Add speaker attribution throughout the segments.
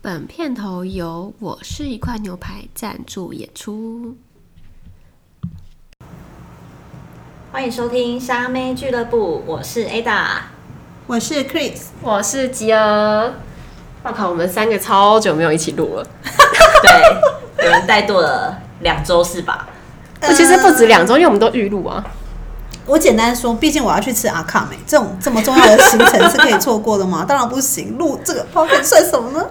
Speaker 1: 本片头由《我是一块牛排》赞助演出。
Speaker 2: 欢迎收听沙妹俱乐部，我是 Ada。
Speaker 3: 我是 Chris，
Speaker 4: 我是吉儿。我靠，我们三个超久没有一起录了，
Speaker 2: 对，有人怠惰了两周是吧？
Speaker 3: 呃
Speaker 4: 其实不止两周，因为我们都预录啊。
Speaker 3: 我简单说，毕竟我要去吃阿卡美，这种这么重要的行程是可以错过的 吗？当然不行，录这个 p o c a s t 算什么呢？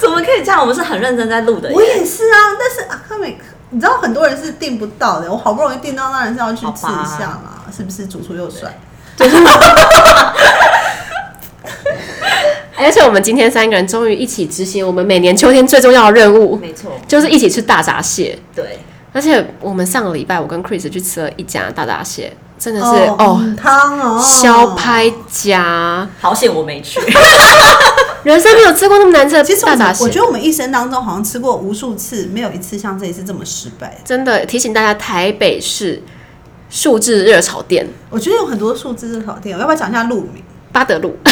Speaker 2: 怎么可以这样？我们是很认真在录的耶，
Speaker 3: 我也是啊，但是阿卡美，你知道很多人是订不到的，我好不容易订到，当然是要去吃一下嘛，是不是？主厨又帅，
Speaker 4: 而且我们今天三个人终于一起执行我们每年秋天最重要的任务，
Speaker 2: 没错，
Speaker 4: 就是一起吃大闸蟹。
Speaker 2: 对，
Speaker 4: 而且我们上个礼拜我跟 Chris 去吃了一家大闸蟹，真的是
Speaker 3: 哦
Speaker 4: 哦，
Speaker 3: 汤哦，
Speaker 4: 肖、拍家，
Speaker 2: 好险我没去。
Speaker 4: 人生没有吃过那么难吃
Speaker 3: 其
Speaker 4: 的
Speaker 3: 实
Speaker 4: 大
Speaker 3: 我们
Speaker 4: 闸
Speaker 3: 我
Speaker 4: 蟹
Speaker 3: 觉。得我们一生当中好像吃过无数次，没有一次像这一次这么失败的。
Speaker 4: 真的提醒大家，台北市数字热炒店
Speaker 3: 我觉得有很多数字热炒店，我要不要讲一下路名？
Speaker 4: 八德路，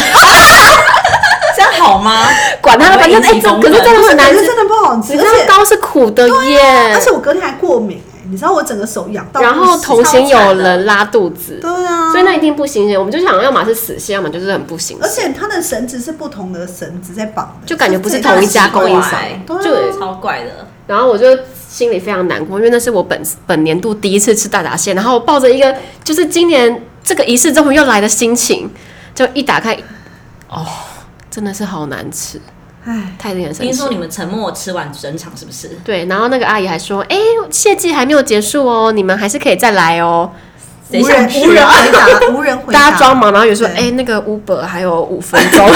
Speaker 2: 这样好吗？
Speaker 4: 管它了，反正
Speaker 2: 我们
Speaker 4: 哎，
Speaker 2: 一起
Speaker 4: 这
Speaker 2: 攻
Speaker 4: 可是
Speaker 2: 克
Speaker 4: 真的很难
Speaker 3: 可
Speaker 4: 吃
Speaker 3: 是，真的不好吃，
Speaker 4: 你
Speaker 3: 而
Speaker 4: 知
Speaker 3: 且
Speaker 4: 道刀是啊苦的耶，
Speaker 3: 而且我隔天还过敏、哎，你知道我整个手痒到
Speaker 4: 嗯
Speaker 3: 不
Speaker 4: 然
Speaker 3: 行。
Speaker 4: 后同行有人拉肚子，
Speaker 3: 对啊，
Speaker 4: 所以那一定不行我们就想，要么是死蟹，要么就是很不行
Speaker 3: 而，且它的绳子是不同的绳子在绑的，
Speaker 4: 就感觉不是
Speaker 3: 这也太
Speaker 4: 同一家
Speaker 3: 奇怪啊
Speaker 4: 供应商
Speaker 2: 奇。
Speaker 3: 怪
Speaker 4: 就
Speaker 2: 超怪的，
Speaker 4: 然后我就心里非常难过，因为那是我本本年度第一次吃大闸蟹，然后抱着一个就是今年这个仪式终于又来的心情，就一打开，哦，真的是好难吃，
Speaker 3: 唉，
Speaker 4: 太令人生
Speaker 2: 听
Speaker 4: 气
Speaker 2: 说
Speaker 4: 了。
Speaker 2: 你们沉默吃完整场是不是？
Speaker 4: 对，然后那个阿姨还说：“哎、蟹季还没有结束哦，你们还是可以再来哦。
Speaker 2: 谁
Speaker 3: 无人
Speaker 2: 想
Speaker 3: 无
Speaker 2: 去
Speaker 3: 人
Speaker 2: 啊？
Speaker 3: 回答，无人”回答，
Speaker 4: 大家装忙，然后也说：“哎、
Speaker 3: 对
Speaker 4: 那个 Uber 还有五分钟。
Speaker 3: 没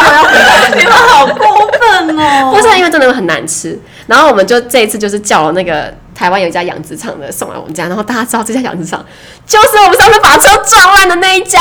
Speaker 3: 有要回答这
Speaker 2: 你
Speaker 3: 个。
Speaker 2: 们 好过分哦！
Speaker 4: 不是因为真的很难吃，然后我们就这一次就是叫了那个台湾有一家养殖场的送来我们家，然后大家知道这家养殖场就是我们上次把车撞烂的那一家，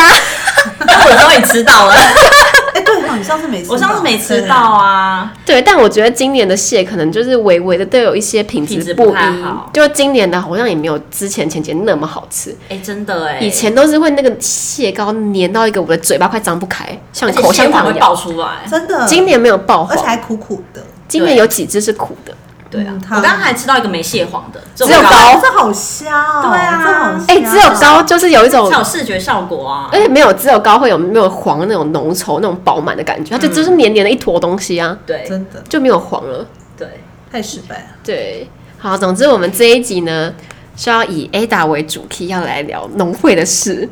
Speaker 2: 我终于吃 到了，
Speaker 3: 哎、对哈，你上次没吃到，
Speaker 2: 我上次没吃到啊。
Speaker 4: 对，但我觉得今年的蟹可能就是微微的都有一些品
Speaker 2: 品
Speaker 4: 质
Speaker 2: 质
Speaker 4: 不
Speaker 2: 不太
Speaker 4: 一
Speaker 2: 好，
Speaker 4: 就今年的好像也没有之前前前那么好吃，
Speaker 2: 哎，真的哎，
Speaker 4: 以前都是会那个蟹膏粘到一个我的嘴巴快张不开，像
Speaker 2: 而且
Speaker 4: 口香
Speaker 2: 血管
Speaker 4: 糖
Speaker 2: 会
Speaker 4: 一
Speaker 2: 爆
Speaker 4: 样。
Speaker 2: 出来
Speaker 3: 对，。真的，
Speaker 4: 今年没有爆
Speaker 3: 而且
Speaker 4: 黄，
Speaker 3: 还苦苦的，
Speaker 4: 今年有几只是苦的。
Speaker 2: 对啊，
Speaker 3: 嗯
Speaker 2: 我刚刚还吃到一个没蟹黄的，只
Speaker 4: 有膏
Speaker 3: 这好香哦、
Speaker 2: 对啊
Speaker 3: 这好香，
Speaker 4: 哎、只有高就是有一种
Speaker 2: 才有视觉效果啊
Speaker 4: 而。且没有只有高会有没有黄的那种浓稠、那种饱满的感觉，它
Speaker 2: 嗯
Speaker 4: 就就是黏黏的一坨东西啊，
Speaker 2: 对
Speaker 3: 真的
Speaker 4: 就没有黄了。
Speaker 2: 对，
Speaker 3: 太失败了。
Speaker 4: 对，好，总之我们这一集呢是要以 Ada 为主题，要来聊农会的事。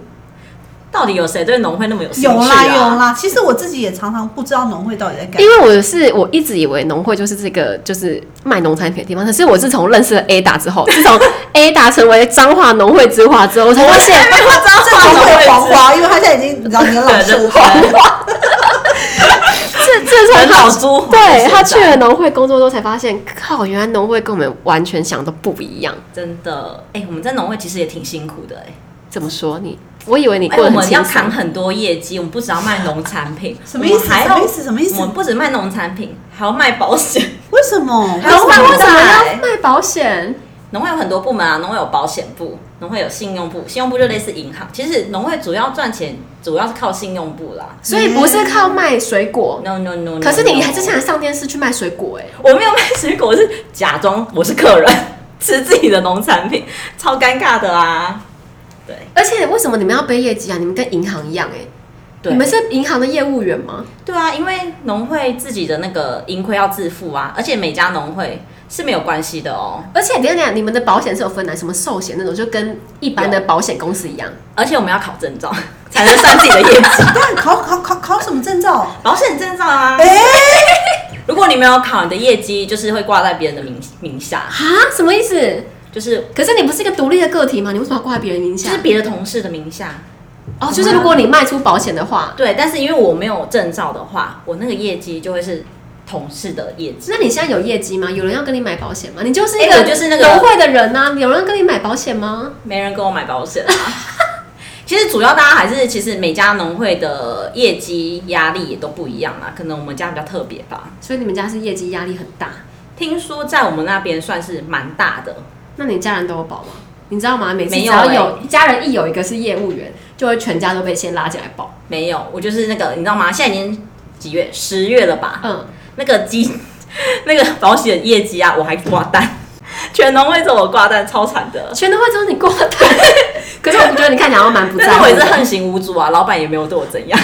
Speaker 2: 到底有谁对农会那么有兴趣、
Speaker 3: 有
Speaker 2: 啊？
Speaker 3: 啦有，啦，其实我自己也常常不知道农会到底在干嘛
Speaker 4: 因。为我是我一直以为农会就是这个就是卖农产品的地方，可是我自从认识了 Ada 之后，自从 Ada 成为彰化农会之花之后，我才发现
Speaker 2: 哦
Speaker 3: 这
Speaker 2: 彰化
Speaker 3: 种
Speaker 2: 农
Speaker 3: 会黄
Speaker 2: 会
Speaker 3: 花，因为他现在已经你知道 年老
Speaker 2: 对
Speaker 3: 色
Speaker 2: 对
Speaker 3: 衰，
Speaker 4: 自自从
Speaker 2: 人
Speaker 4: 他
Speaker 2: 老珠黄
Speaker 4: 对
Speaker 2: 现
Speaker 4: 他
Speaker 2: 在
Speaker 4: 去了农会工作之后，才发现靠，原来农会跟我们完全想的不一样。
Speaker 2: 真的，哎、我们在农会其实也挺辛苦的、哎
Speaker 4: 怎么说你？我以为你
Speaker 2: 哎、
Speaker 4: 过
Speaker 2: 我
Speaker 4: 得很
Speaker 2: 们要
Speaker 4: 轻松
Speaker 2: 扛。很多业绩，我们不只要卖农产品，
Speaker 3: 什么意思
Speaker 2: 我们还
Speaker 3: 什么
Speaker 2: 要
Speaker 3: 意思什么意思
Speaker 2: 我们不只卖农产品，还要卖保险。
Speaker 3: 为什么？
Speaker 2: 还有
Speaker 4: 农会为什么
Speaker 2: 为什
Speaker 4: 要
Speaker 2: 么
Speaker 4: 卖保险？
Speaker 2: 农会有很多部门啊，农会有保险部，农会有信用部，信用部就类似银行。其实农会主要赚钱，主要是靠信用部啦。
Speaker 4: 所以不是靠卖水果。
Speaker 2: No no no，, no
Speaker 4: 可是你
Speaker 2: no
Speaker 4: 还之前还上电视去卖水果哎、
Speaker 2: 我没有卖水果，我是假装我是客人，吃自己的农产品，超尴尬的啊。对
Speaker 4: 而且为什么你们要背业绩啊？你们跟银行一样哎、
Speaker 2: 对，
Speaker 4: 你们是银行的业务员吗？
Speaker 2: 对啊，因为农会自己的那个盈亏要自负啊，而且每家农会是没有关系的哦。
Speaker 4: 而且等一下等一下，你们的保险是有分哪什么寿险那种，就跟一般的保险公司一样。
Speaker 2: 而且我们要考证照才能算自己的业绩，
Speaker 3: 但考考考考什么证照？
Speaker 2: 保险证照啊。如果你没有考，你的业绩就是会挂在别人的名名下，
Speaker 4: 啊？什么意思？
Speaker 2: 就是
Speaker 4: 可是你不是一个独立的个体吗？你为什么要挂在别人名
Speaker 2: 就
Speaker 4: 下
Speaker 2: 是？别的同事的名下。
Speaker 4: 哦，就是如果你卖出保险的话，
Speaker 2: 对，但是因为我没有证照的话，我那个业绩就会是同事的业绩。
Speaker 4: 那你现在有业绩吗？有人要跟你买保险吗？你就是一
Speaker 2: 哎
Speaker 4: 个
Speaker 2: 我就是那个
Speaker 4: 农会的人呐、有人要跟你买保险吗？
Speaker 2: 没人跟我买保险啊。 其实主要大家还是，其实每家农会的业绩压力也都不一样啦，可能我们家比较特别吧。
Speaker 4: 所以你们家是业绩压力很大，
Speaker 2: 听说在我们那边算是蛮大的，
Speaker 4: 那你家人都有保吗？你知道吗？每次
Speaker 2: 没
Speaker 4: 只
Speaker 2: 有
Speaker 4: 要
Speaker 2: 欸
Speaker 4: 有、家人一有一个是业务员，就会全家都被先拉进来保。
Speaker 2: 没有，我就是那个你知道吗？现在已经几月？十月了吧？
Speaker 4: 嗯，
Speaker 2: 那个基 那个保险业绩啊，我还挂单，全农会说我挂单，超惨的。
Speaker 4: 嗯全都会说你挂单， 可是我觉得你看起来好像蛮不
Speaker 2: 但
Speaker 4: 在
Speaker 2: 是
Speaker 4: 乎
Speaker 2: 我也是
Speaker 4: 的。
Speaker 2: 横行无阻啊，老板也没有对我怎样。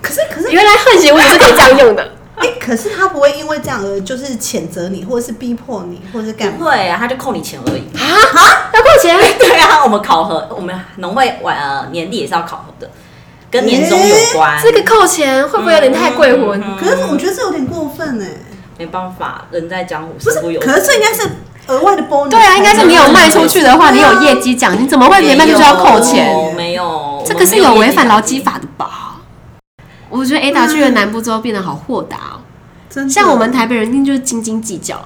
Speaker 3: 可是可是
Speaker 4: 原来恨行我也是可以这样用的，
Speaker 3: 哎、可是他不会因为这样而就是谴责你，或者是逼迫你，或者是干
Speaker 2: 不
Speaker 3: 嘛？
Speaker 2: 会啊，他就扣你钱而已。
Speaker 4: 要扣钱。
Speaker 2: 对啊，我们考核，我们农会晚呃年底也是要考核的，跟年终有关。
Speaker 4: 这个扣钱会不会有点太贵魂？
Speaker 2: 嗯
Speaker 3: 可是我觉得这有点过分哎、
Speaker 2: 没办法，人在江湖
Speaker 3: 不是
Speaker 2: 身不由，己。
Speaker 3: 可是这应该是额外的 bonus 才。
Speaker 4: 对啊，应该是你有卖出去的话，你有业绩奖，你怎么会啊没卖出去要扣钱？
Speaker 2: 没有，
Speaker 4: 这个是有违反劳基。法的吧？我觉得 Ada 去了南部之后变得好豁达哦，
Speaker 3: 真的
Speaker 4: 像我们台北人一定就是斤斤计较，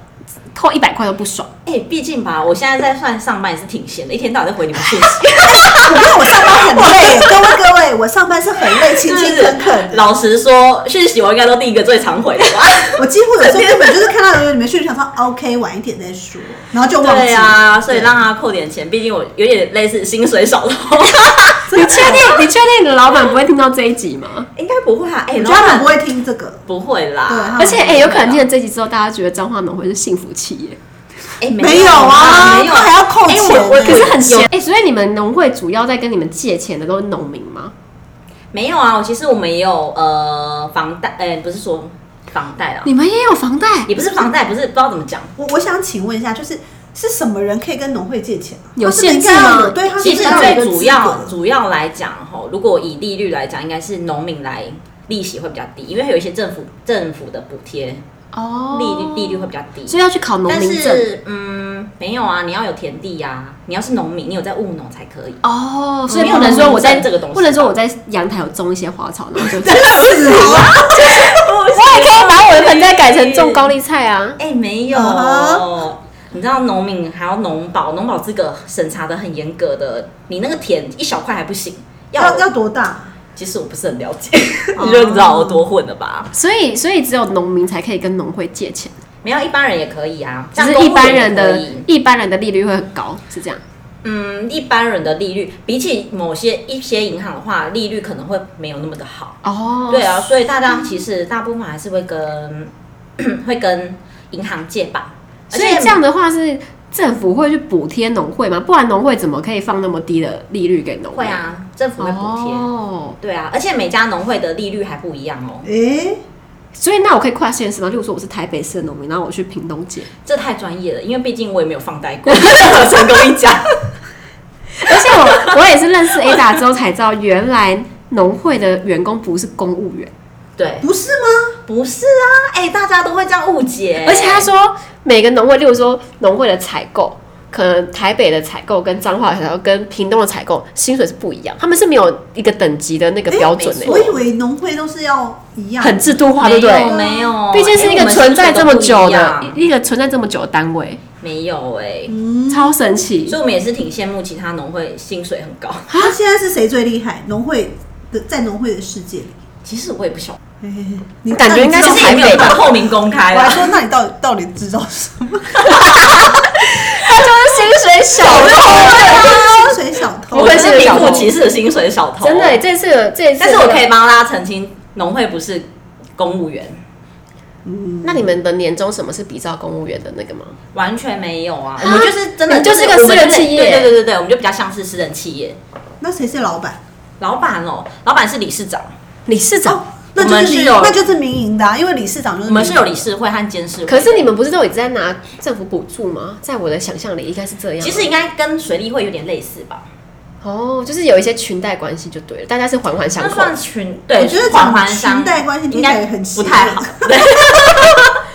Speaker 4: 扣一百块都不爽。
Speaker 2: 哎、毕竟吧，我现在在算上班也是挺闲的，一天到晚在回你们讯 息。
Speaker 3: 我啊觉得我上班很累，各位各位，我上班是很累，勤勤恳恳的。
Speaker 2: 老实说，讯息我应该都第一个最常回的 吧。
Speaker 3: 我几乎有时候根本就是看到有你们讯息，想说 OK 晚一点再说，然后就忘
Speaker 2: 对
Speaker 3: 记。
Speaker 2: 啊，所以让他扣点钱，毕竟我有点类似薪水小 偷，
Speaker 4: 你确定？你确定你的老板不会听到这一集吗？
Speaker 2: 应该不会啊。哎、
Speaker 3: 我觉
Speaker 2: 老
Speaker 3: 得他们
Speaker 2: 板
Speaker 3: 不会听这个，
Speaker 2: 不会啦。
Speaker 3: 对他
Speaker 4: 而且，哎、有可能听了这集之后，大家觉得彰化农会是幸福企业，
Speaker 2: 哎、
Speaker 3: 没有啊，
Speaker 2: 没有哎
Speaker 3: 他还要扣钱、
Speaker 4: 我我可是很
Speaker 2: 闲
Speaker 4: 闲，哎、所以你们农会主要在跟你们借钱的都是农民吗？
Speaker 2: 没有啊，我其实我们也有呃房贷，哎、不是说房贷啊，
Speaker 4: 你们也有房贷？
Speaker 2: 也不是房贷，不是不知道怎么讲。
Speaker 3: 我我想请问一下，就是是什么人可以跟农会借钱啊？
Speaker 4: 有
Speaker 3: 他是不是
Speaker 4: 限制
Speaker 3: 应该要
Speaker 4: 吗
Speaker 3: 有对，他是
Speaker 2: 其
Speaker 3: 不
Speaker 2: 实
Speaker 3: 是要有一
Speaker 2: 最
Speaker 3: 个
Speaker 2: 主
Speaker 3: 资
Speaker 2: 要
Speaker 3: 格
Speaker 2: 主要来讲吼，如果以利率来讲，应该是农民来利息会比较低，因为有一些政府政府的补贴
Speaker 4: 哦，
Speaker 2: 利率利率会比较低。
Speaker 4: 所以要去考农
Speaker 2: 但
Speaker 4: 民证。
Speaker 2: 是嗯，没有啊，你要有田地呀、你要是农民，你有在务农才可以。
Speaker 4: 哦，所以
Speaker 2: 没有
Speaker 4: 不能说我在
Speaker 2: 农民证这个东西
Speaker 4: 不能说我在阳台有种一些花草，然后就
Speaker 2: 我
Speaker 4: 可以把我的盆栽改成种高丽菜啊。
Speaker 2: 哎、没有。
Speaker 3: 啊
Speaker 2: 你知道农民还要农保，农保资格审查的很严格的，你那个田一小块还不行，
Speaker 3: 要要多大？
Speaker 2: 其实我不是很了解，
Speaker 4: 哦
Speaker 2: 你就知道我多混了吧？
Speaker 4: 所以，所以只有农民才可以跟农会借钱，
Speaker 2: 没有，一般人也可以啊，
Speaker 4: 只
Speaker 2: 像
Speaker 4: 是
Speaker 2: 公务
Speaker 4: 一般人
Speaker 2: 也
Speaker 4: 的
Speaker 2: 可以
Speaker 4: 一般人的利率会很高，是这样。
Speaker 2: 嗯，一般人的利率比起某些一些银行的话，利率可能会没有那么的好。
Speaker 4: 哦，
Speaker 2: 对，啊，所以大家其实大部分还是会跟会跟银行借吧。而
Speaker 4: 所以
Speaker 2: 且
Speaker 4: 这样的话是政府会去补贴农会吗？不然农会怎么可以放那么低的利率给农
Speaker 2: 会，啊，政府会补贴。
Speaker 4: 哦，
Speaker 2: 对啊，而且每家农会的利率还不一样哦，
Speaker 3: 诶，
Speaker 4: 所以那我可以跨县市吗？例如说我是台北市的农民，然后我去屏东 借，
Speaker 2: 这太专业了，因为毕竟我也没有放贷 过，成功一家。
Speaker 4: 而且我 我也是认识 Ada 之后才知道，原来农会的员工不是公务员，
Speaker 2: 对，
Speaker 3: 不是吗？
Speaker 2: 不是啊，哎、大家都会这样误解。
Speaker 4: 而且他说每个农会，例如说农会的采购，可能台北的采购跟彰化的采购跟屏东的采购薪水是不一样，他们是没有一个等级的那个标准
Speaker 2: 诶
Speaker 4: 的、
Speaker 2: 没
Speaker 3: 我以为农会都是要一样，
Speaker 4: 很制度化，对
Speaker 2: 没
Speaker 4: 不对
Speaker 2: 有？没有，
Speaker 4: 毕竟是
Speaker 2: 哎
Speaker 4: 一个存在这么久，
Speaker 2: 我们薪水都
Speaker 4: 的
Speaker 2: 不一样
Speaker 4: 一一个存在这么久的单位，
Speaker 2: 没有哎、
Speaker 3: 嗯。
Speaker 4: 超神奇
Speaker 2: 所以。我们也是挺羡慕其他农会薪水很高。
Speaker 3: 那现在是谁最厉害？农会的在农会的世界里，
Speaker 2: 其实我也不晓得，
Speaker 3: 嘿嘿嘿你
Speaker 4: 感觉应该
Speaker 3: 那
Speaker 4: 是
Speaker 3: 你
Speaker 2: 其实也没有
Speaker 4: 台北
Speaker 2: 到
Speaker 4: 吧
Speaker 2: 透明公开
Speaker 3: 我还
Speaker 2: 啦。
Speaker 3: 说，那你到底到底知道什么？
Speaker 4: 他就是薪水小
Speaker 3: 对薪水小
Speaker 4: 不
Speaker 3: 偷
Speaker 4: 会。
Speaker 2: 是名副其实的薪水小偷，
Speaker 4: 真的，。这次有这次，
Speaker 2: 但是我可以。帮大家澄清，农会不是公务员，
Speaker 4: 那你们的年终什么是比照公务员的那个吗？
Speaker 2: 完全没有啊。我们就是真
Speaker 4: 你
Speaker 2: 的，
Speaker 4: 就是个私人企业
Speaker 2: 对对对对对，我们就比较像是私人企业。
Speaker 3: 那谁是老板？
Speaker 2: 老板哦，老板是理事长，
Speaker 4: 理事
Speaker 3: 哦
Speaker 4: 长。，
Speaker 3: 那
Speaker 2: 我
Speaker 3: 就
Speaker 2: 们
Speaker 3: 是
Speaker 2: 是
Speaker 3: 民
Speaker 2: 有
Speaker 3: 那就是民营的啊，因为理事长就是
Speaker 2: 我们是有理
Speaker 3: 事。
Speaker 2: 事会和监事会。
Speaker 4: 可是你们不是都一直在拿政府补助吗？在我的想象里应该是这样。
Speaker 2: 其实应该跟水利会有点类似吧？
Speaker 4: 哦，就是有一些裙带关系就对了，大家是环环相
Speaker 2: 那
Speaker 4: 扣。
Speaker 2: 算群对，
Speaker 3: 我觉得
Speaker 2: 环
Speaker 3: 讲
Speaker 2: 环相
Speaker 3: 裙带关系
Speaker 2: 应
Speaker 3: 听起
Speaker 2: 该
Speaker 3: 来很奇
Speaker 2: 不
Speaker 3: 怪
Speaker 2: 太 好。对，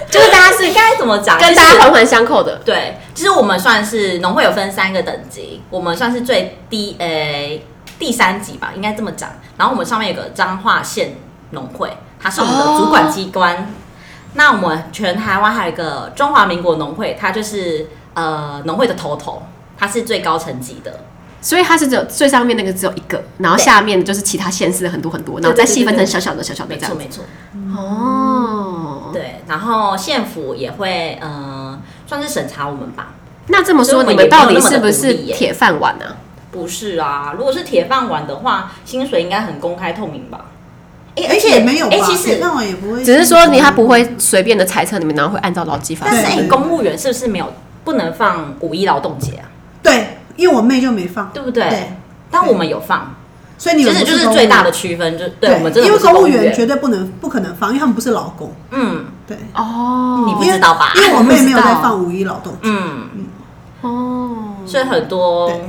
Speaker 4: 就是大家是
Speaker 2: 应该怎么讲？
Speaker 4: 跟
Speaker 2: 就是
Speaker 4: 大家环环相扣的。
Speaker 2: 对，其实我们算是农会有分三个等级，我们算是最低呃第三级吧，应该这么讲。然后我们上面有个彰化县农会，它是我们的主管机关。那我们全台湾还有一个中华民国农会，它就是呃农会的头头，它是最高层级的。
Speaker 4: 所以它是只有最上面那个只有一个，然后
Speaker 2: 对
Speaker 4: 下面就是其他县市的很多很多，然后再细分成小小的小小的
Speaker 2: 没
Speaker 4: 这
Speaker 2: 错
Speaker 4: 样。
Speaker 2: 没错，
Speaker 4: 哦，
Speaker 2: 对。然后县府也会呃算是审查我们吧。
Speaker 4: 那这么
Speaker 2: 所
Speaker 4: 说
Speaker 2: 以我
Speaker 4: 你
Speaker 2: 们
Speaker 4: 们
Speaker 2: 也没有
Speaker 4: 到底
Speaker 2: 那么
Speaker 4: 是
Speaker 2: 的
Speaker 4: 不
Speaker 2: 独
Speaker 4: 是
Speaker 2: 立耶
Speaker 4: 铁饭碗啊？
Speaker 2: 不是啊，如果是铁饭碗的话，薪水应该很公开透明吧？哎、
Speaker 3: 而
Speaker 2: 而
Speaker 3: 且
Speaker 2: 且
Speaker 3: 没有吧
Speaker 2: 哎、？其实
Speaker 3: 铁饭碗也不会，
Speaker 4: 只是说你他不会随便的猜测你们，然后会按照劳基法
Speaker 2: 但
Speaker 4: 规
Speaker 2: 是
Speaker 4: 定。
Speaker 2: 哎、公务员是不是没有不能放五一劳动节啊？
Speaker 3: 对，因为我妹就没放，
Speaker 2: 对不对？
Speaker 3: 对
Speaker 2: 但我们有放，
Speaker 3: 所以你
Speaker 2: 其
Speaker 3: 们
Speaker 2: 实
Speaker 3: 不
Speaker 2: 就是
Speaker 3: 公务
Speaker 2: 最大
Speaker 3: 员
Speaker 2: 的区分，就对我们真的
Speaker 3: 因
Speaker 2: 不
Speaker 3: 为
Speaker 2: 是公
Speaker 3: 公
Speaker 2: 务
Speaker 3: 务员
Speaker 2: 员，
Speaker 3: 绝对不能不可能放，因为他们不是劳工，
Speaker 2: 嗯，
Speaker 3: 对，
Speaker 4: 哦，
Speaker 2: 你不知道吧？
Speaker 3: 因为我妹没有在
Speaker 4: 我
Speaker 3: 放五一劳动节，
Speaker 2: 嗯，
Speaker 4: 哦，
Speaker 2: 所以很多
Speaker 3: 对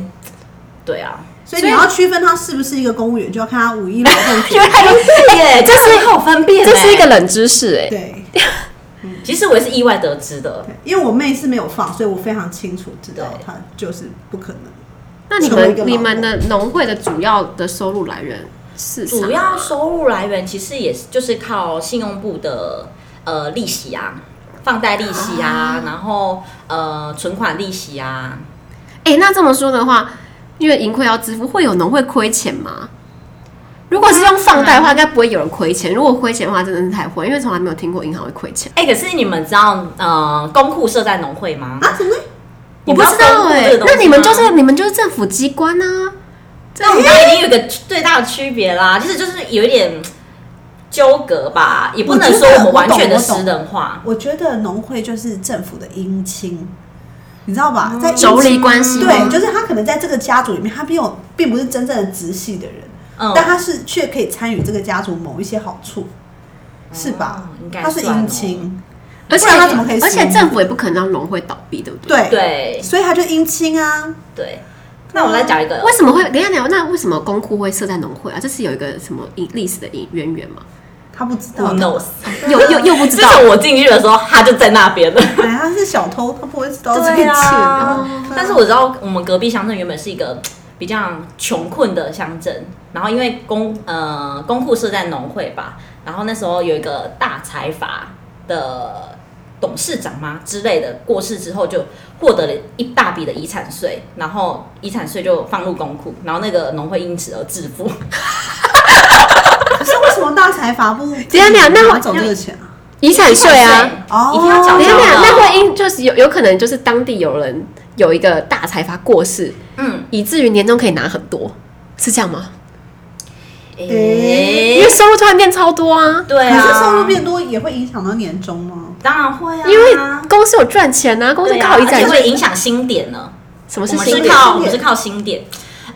Speaker 2: 对啊，。
Speaker 3: 所以你要区分他是不是一个公务员，就要看他五一劳动节
Speaker 2: 还有是耶，
Speaker 4: 这是
Speaker 2: 很好分辨耶，
Speaker 4: 这是一个冷知识哎、
Speaker 3: 对，
Speaker 2: 其实我也是意外得知的。
Speaker 3: 对因为我妹是没有放，所以我非常清楚知道
Speaker 2: 对
Speaker 3: 她就是不可能。
Speaker 4: 那你
Speaker 3: 成为一个
Speaker 4: 们
Speaker 3: 劳
Speaker 4: 你们的农会的主要的收入来源是啥
Speaker 2: 主要收入来源其实也是就是靠信用部的呃利息啊，放贷利息啊，然后呃存款利息啊，
Speaker 4: 哎、那这么说的话，因为盈亏要支付，会有农会亏钱吗？如果是用放贷的话，应该不会有人亏钱。如果亏钱的话，真的是太混，因为从来没有听过银行会亏钱。
Speaker 2: 哎、可是你们知道呃公库设在农会吗？
Speaker 3: 啊，怎么会？
Speaker 4: 我不知道哎、
Speaker 2: 哎、
Speaker 4: 那你们就是你们就是政府机关啊，
Speaker 2: 这我们刚刚已经有一个最大的区别啦，就是就是有一点纠葛吧，也不能说我们完全的私人化。
Speaker 3: 我觉得农会就是政府的姻亲，你知道吧？
Speaker 2: 嗯
Speaker 3: 在姻
Speaker 4: 妯
Speaker 3: 亲
Speaker 4: 娌关系吗
Speaker 3: 对，就是他可能在这个家族里面，他并有并不是真正的直系的人，
Speaker 2: 嗯，
Speaker 3: 但他是却可以参与这个家族某一些好处，是吧？
Speaker 2: 应该
Speaker 3: 他是
Speaker 2: 算哦
Speaker 3: 姻亲，
Speaker 4: 而且
Speaker 3: 不然他怎么可以
Speaker 4: 而且
Speaker 3: 私人
Speaker 4: 政府也不可能让农会倒闭，对不对？
Speaker 3: 对，
Speaker 2: 哦对
Speaker 3: 所以他就姻亲啊。
Speaker 2: 对。那我来讲一个，
Speaker 4: 为什么会？等一下，等一下，那为什么公库会设在农会啊？这是有一个什么因历史的因渊源吗？
Speaker 3: 他不知道
Speaker 2: Who
Speaker 3: 的，
Speaker 2: knows？
Speaker 4: 又又又不知
Speaker 2: 自
Speaker 4: 道。
Speaker 2: 从我进去的时候，他就在那边了。
Speaker 3: 哎，他是小偷，他不会知道哦这
Speaker 2: 对
Speaker 3: 件事
Speaker 2: 啊
Speaker 3: 啊。
Speaker 2: 但是我知道我们隔壁乡镇原本是一个比较穷困的乡镇，然后因为公呃公库设在农会吧，然后那时候有一个大财阀的董事长嘛之类的过世之后，就获得了一大笔的遗产税，然后遗产税就放入公库，然后那个农会因此而致富。
Speaker 3: 可是为什么大财阀不？
Speaker 4: 等一下等一下那我
Speaker 3: 走这个钱啊？
Speaker 4: 遗产税啊，
Speaker 3: 哦
Speaker 2: 一定要缴交
Speaker 4: 等
Speaker 2: 的
Speaker 4: 一下，等一下，那会因就是有有可能就是当地有人有一个大财阀过世，
Speaker 2: 嗯，
Speaker 4: 以至于年终可以拿很多，是这样吗？
Speaker 2: 诶、
Speaker 4: 因为收入突然变超多啊，
Speaker 2: 对啊，
Speaker 3: 可是收入变多也会影响到年终吗？
Speaker 2: 当然会啊，
Speaker 4: 因为公司有赚钱啊，公司
Speaker 2: 对啊
Speaker 4: 靠遗
Speaker 2: 而
Speaker 4: 产
Speaker 2: 且会
Speaker 4: 税，
Speaker 2: 影响新点呢。
Speaker 4: 什么
Speaker 2: 我
Speaker 4: 是
Speaker 2: 们
Speaker 4: 新
Speaker 2: 是
Speaker 4: 点？
Speaker 2: 靠
Speaker 3: 新点
Speaker 2: 我们是靠新点，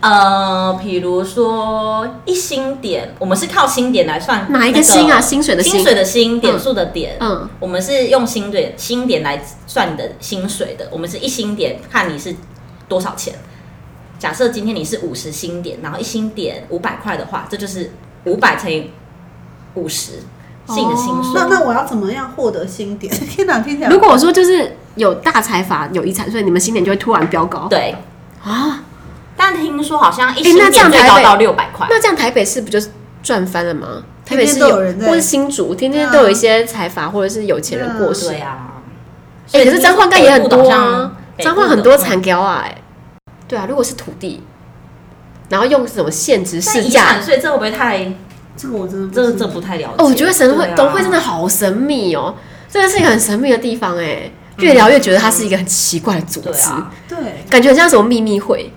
Speaker 2: 呃，比如说一星点，我们是靠星点来算
Speaker 4: 哪一个
Speaker 2: 那
Speaker 4: 星啊薪水的薪
Speaker 2: 薪水的薪，点数的点。
Speaker 4: 嗯，
Speaker 2: 我们是用薪点薪点来算你的薪水的，我们是一星点看你是多少钱。假设今天你是五十星点，然后一星点五百块的话，这就是五百乘以五十是你的薪
Speaker 4: 哦
Speaker 2: 水。
Speaker 3: 那那我要怎么样获得新点？ 天哪，听起来
Speaker 4: 如果我说就是有大财阀有遗产税，你们新点就会突然飙高。
Speaker 2: 对，
Speaker 4: 啊，
Speaker 2: 但听说好像一
Speaker 4: 诶那
Speaker 2: 星
Speaker 4: 这样
Speaker 2: 点最
Speaker 4: 台
Speaker 2: 高
Speaker 4: 北
Speaker 2: 到六百块。
Speaker 4: 那这样台北市不就是赚翻了吗？台
Speaker 3: 天
Speaker 4: 北
Speaker 3: 天
Speaker 4: 市
Speaker 3: 都有人在
Speaker 4: 或是新竹，天天都有一些财阀或者是有钱人过世
Speaker 2: 对。啊，
Speaker 4: 哎、可是彰化应该也很多啊，
Speaker 2: 北部
Speaker 4: 彰
Speaker 2: 的
Speaker 4: 化
Speaker 2: 话
Speaker 4: 很多残雕啊、哎，对啊，如果是土地，然后用什么限制
Speaker 2: 但
Speaker 4: 市
Speaker 2: 遗
Speaker 4: 价
Speaker 2: 产，税，这会不会太？
Speaker 3: 这个我真的不
Speaker 2: 这
Speaker 3: 知
Speaker 2: 这
Speaker 3: 道
Speaker 2: 不太了解。
Speaker 4: 哦，我觉得神会
Speaker 2: 对啊
Speaker 4: 农会真的好神秘哦，这个是一个很神秘的地方哎、越聊越觉得它是一个很奇怪的组
Speaker 2: 嗯对
Speaker 4: 织，
Speaker 2: 啊，
Speaker 3: 对，
Speaker 4: 感觉很像什么秘密会，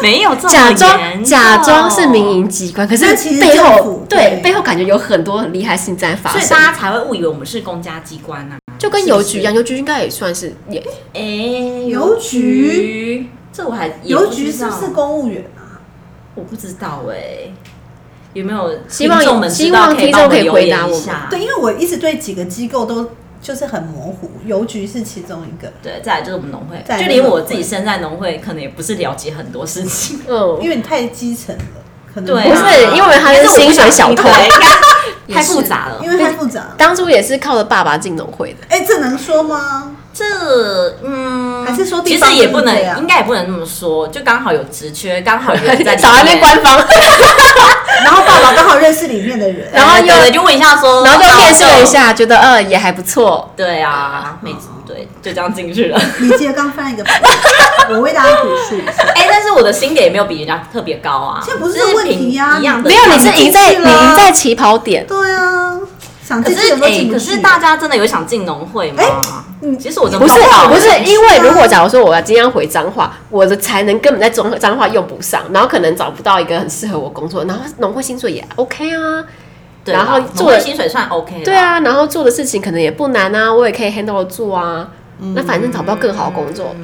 Speaker 2: 没有这么
Speaker 4: 假
Speaker 2: 严
Speaker 4: 装
Speaker 2: 重
Speaker 4: 假装是民，营机关，可是
Speaker 3: 但其实
Speaker 4: 背
Speaker 3: 政
Speaker 4: 后
Speaker 3: 府
Speaker 4: 对
Speaker 3: 对
Speaker 4: 背后感觉有很多很厉害的事情在发
Speaker 2: 所以
Speaker 4: 生
Speaker 2: 大，家才会误以为我们是公家机关啊。
Speaker 4: 就跟邮局一样，邮局应该也算是也
Speaker 2: 哎，
Speaker 3: 邮局
Speaker 2: 邮，这我还也
Speaker 3: 邮
Speaker 2: 不
Speaker 3: 局
Speaker 2: 知
Speaker 3: 是
Speaker 2: 道
Speaker 3: 不是公务员啊？
Speaker 2: 我不知道哎，有没有
Speaker 4: 希望
Speaker 2: 听众们知道
Speaker 4: 希望听众可以
Speaker 2: 帮
Speaker 4: 回答
Speaker 2: 留言一
Speaker 4: 我们
Speaker 2: 下
Speaker 3: 对，因为我一直对几个机构都就是很模糊，邮局是其中一个，
Speaker 2: 对，再来就是我们农会
Speaker 3: 再，来
Speaker 2: 就
Speaker 3: 就是
Speaker 2: 连
Speaker 3: 农
Speaker 2: 我
Speaker 3: 会
Speaker 2: 自己身在农会，可能也不是了解很多事情。
Speaker 4: 嗯
Speaker 3: 因为你太基层了，可能
Speaker 2: 对、
Speaker 4: 不
Speaker 2: 啊，
Speaker 4: 是因为他是薪水小偷
Speaker 2: 对
Speaker 4: 也
Speaker 2: 应该太
Speaker 4: 是
Speaker 2: 复杂了
Speaker 3: 因。为太复杂了。
Speaker 4: 当初也是靠着爸爸进农会的，
Speaker 3: 哎，这能说吗？
Speaker 2: 这嗯，
Speaker 3: 还是说
Speaker 2: 其
Speaker 3: 地方
Speaker 2: 实也
Speaker 3: 就是
Speaker 2: 不能
Speaker 3: 这，样
Speaker 2: 应该也不能这么说，就刚好有职 缺，刚好有人在
Speaker 4: 找来那
Speaker 2: 关，
Speaker 4: 官方，
Speaker 3: 然后爸爸刚好认识里面的人，
Speaker 4: 然后又
Speaker 2: 有人就问一下说，
Speaker 4: 然后就面试了一
Speaker 2: 那
Speaker 4: 下，觉得呃也还不错。
Speaker 2: 我就。对啊，没对，就这样进去了。
Speaker 3: 你记得刚翻一个 白眼，我为大家补述一下。
Speaker 2: 哎、但是我的薪点也没有比人家特别高啊，
Speaker 3: 这不是
Speaker 2: 就是
Speaker 3: 问题呀
Speaker 2: 平一样的，
Speaker 4: 啊没有，你
Speaker 3: 你
Speaker 4: 是
Speaker 3: 进去
Speaker 4: 赢在你
Speaker 3: 了
Speaker 4: 赢在起跑点，
Speaker 3: 对啊，想
Speaker 2: 可
Speaker 3: 进去
Speaker 2: 是
Speaker 3: 有没有
Speaker 2: 哎，
Speaker 3: 进不
Speaker 2: 可
Speaker 3: 去
Speaker 2: 是？大家真的有想进农会吗？其实我真
Speaker 4: 哎不是
Speaker 2: 知道
Speaker 4: 不是
Speaker 2: 哎，
Speaker 4: 因为如果假如说我要今天要回彰化，我的才能根本在彰彰化用不上，然后可能找不到一个很适合我工作，然后农会薪水也 OK 啊，
Speaker 2: 对啦
Speaker 4: 然后
Speaker 2: 农
Speaker 4: 做
Speaker 2: 会
Speaker 4: 了
Speaker 2: 薪水算 OK，啦
Speaker 4: 对，啊，然后做的事情可能也不难啊，我也可以 handle 得住啊，那反正找不到更好的工
Speaker 2: 嗯
Speaker 4: 作，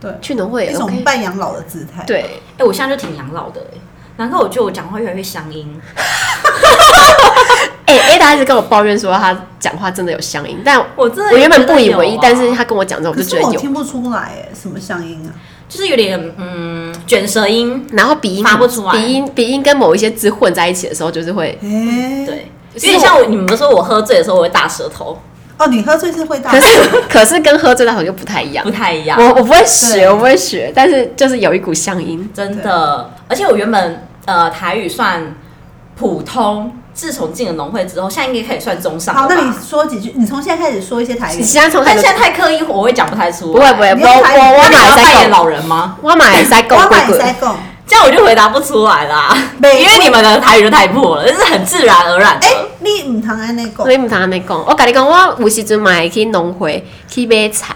Speaker 3: 对
Speaker 4: 去农会
Speaker 3: 一
Speaker 4: 也
Speaker 3: 种
Speaker 4: OK，
Speaker 3: 半养老的姿态。，
Speaker 4: 对，
Speaker 2: 哎，我现在就挺养老的哎，难怪我觉得我讲话越来越乡音，
Speaker 4: 哎、欸、Ada 一直跟我抱怨说他讲话真的有乡音，但
Speaker 2: 我真的
Speaker 4: 我原本
Speaker 2: 觉得
Speaker 4: 不以
Speaker 2: 有
Speaker 4: 为意，
Speaker 2: 啊
Speaker 4: 但是他跟我讲之后，我
Speaker 3: 可
Speaker 4: 就是觉得
Speaker 3: 我
Speaker 4: 有，
Speaker 3: 听不出来哎，什么乡音啊？
Speaker 2: 就是有点嗯卷舌音，
Speaker 4: 然后鼻音
Speaker 2: 发不出来
Speaker 4: 鼻音鼻音跟某一些字混在一起的时候，就是会，
Speaker 3: 哎，，
Speaker 2: 嗯对，有
Speaker 4: 是我
Speaker 2: 点像我你们说我喝醉的时候我会大舌头，
Speaker 3: 哦，你喝醉是会大
Speaker 4: 可 是可是跟喝醉的好像就不太一样
Speaker 2: 不。太一样
Speaker 4: 我，我不会学，
Speaker 3: 对
Speaker 4: 我不会学，但是就是有一股乡音。
Speaker 2: 真的。而且我原本呃台语算普通，自从进了农会之后，现在应该可以算中上
Speaker 3: 好，
Speaker 2: 了吧。
Speaker 3: 那你说几句，你从现在开始说一些台语
Speaker 4: 你。现在从
Speaker 2: 但现在太刻意，我会讲不太出
Speaker 4: 不会
Speaker 2: 来。
Speaker 4: 不会，
Speaker 3: 你
Speaker 4: 我
Speaker 3: 要
Speaker 4: 我
Speaker 3: 台语
Speaker 4: 我
Speaker 2: 那
Speaker 4: 我
Speaker 2: 你要
Speaker 4: 买
Speaker 2: 扮
Speaker 4: 在
Speaker 2: 演
Speaker 4: 狗，
Speaker 2: 老人吗？
Speaker 4: 我买在 狗
Speaker 3: 我
Speaker 4: 贵
Speaker 3: 买
Speaker 4: 贵
Speaker 3: 塞。贡，
Speaker 2: 这样我就回答不出来啦，
Speaker 3: 没
Speaker 2: 因为你们的台语就太破了，这是很自然而然的
Speaker 3: 哎。，你唔通安尼讲
Speaker 4: 所，以唔通安尼讲，我跟你讲，我有时阵买去农会去买菜，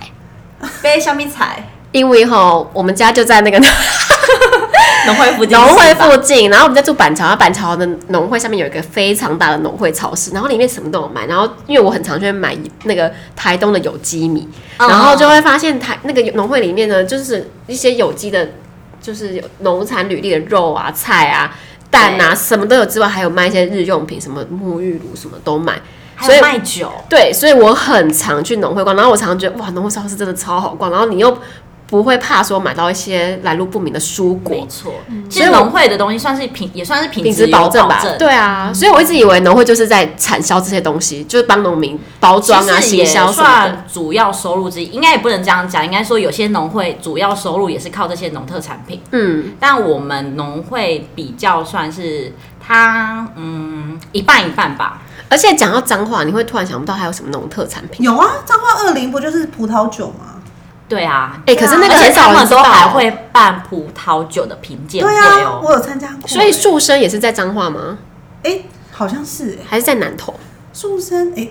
Speaker 2: 被小米彩
Speaker 4: 因为吼我们家就在那个
Speaker 2: 农会附近，
Speaker 4: 农会附近，然后我们在住板桥，然后板桥的农会下面有一个非常大的农会超市，然后里面什么都有卖。然后因为我很常去买那个台东的有机米，
Speaker 2: 嗯
Speaker 4: 然后就会发现台那个农会里面呢，就是一些有机的，就是有农产履历的肉啊、菜啊、蛋啊，什么都有之外，还有卖一些日用品，什么沐浴乳什么都卖。
Speaker 2: 还
Speaker 4: 所以
Speaker 2: 有卖酒，
Speaker 4: 对，所以我很常去农会逛，然后我常常觉得哇，农会超市真的超好逛，然后你又不会怕说买到一些来路不明的蔬果
Speaker 2: 没。错。其
Speaker 4: 嗯所
Speaker 2: 实
Speaker 4: 以我
Speaker 2: 农会的东西算是品，也算是品
Speaker 4: 品质保证
Speaker 2: 证
Speaker 4: 吧，对啊，所以我一直以为农会就是在产销这些东西，就是帮农民包装啊、
Speaker 2: 其实
Speaker 4: 行
Speaker 2: 也
Speaker 4: 销什么的。
Speaker 2: 算主要收入之一，应该也不能这样讲，应该说有些农会主要收入也是靠这些农特产品，
Speaker 4: 嗯，
Speaker 2: 但我们农会比较算是它，嗯，一半一半吧。
Speaker 4: 而且讲到脏话，你会突然想不到还有什么农特产品。
Speaker 3: 有啊，彰化二林不就是葡萄酒吗？
Speaker 2: 对啊，
Speaker 4: 哎、可是那个
Speaker 2: 而且
Speaker 4: 很
Speaker 2: 他
Speaker 4: 少人
Speaker 2: 们
Speaker 4: 知
Speaker 2: 都
Speaker 4: 道
Speaker 2: 还会办葡萄酒的品鉴
Speaker 3: 对
Speaker 2: 会
Speaker 3: 啊，
Speaker 2: 哦。
Speaker 3: 我有参加过。
Speaker 4: 所以树生也是在彰化吗？
Speaker 3: 哎，好像是哎，
Speaker 4: 还是在南投？
Speaker 3: 树生哎，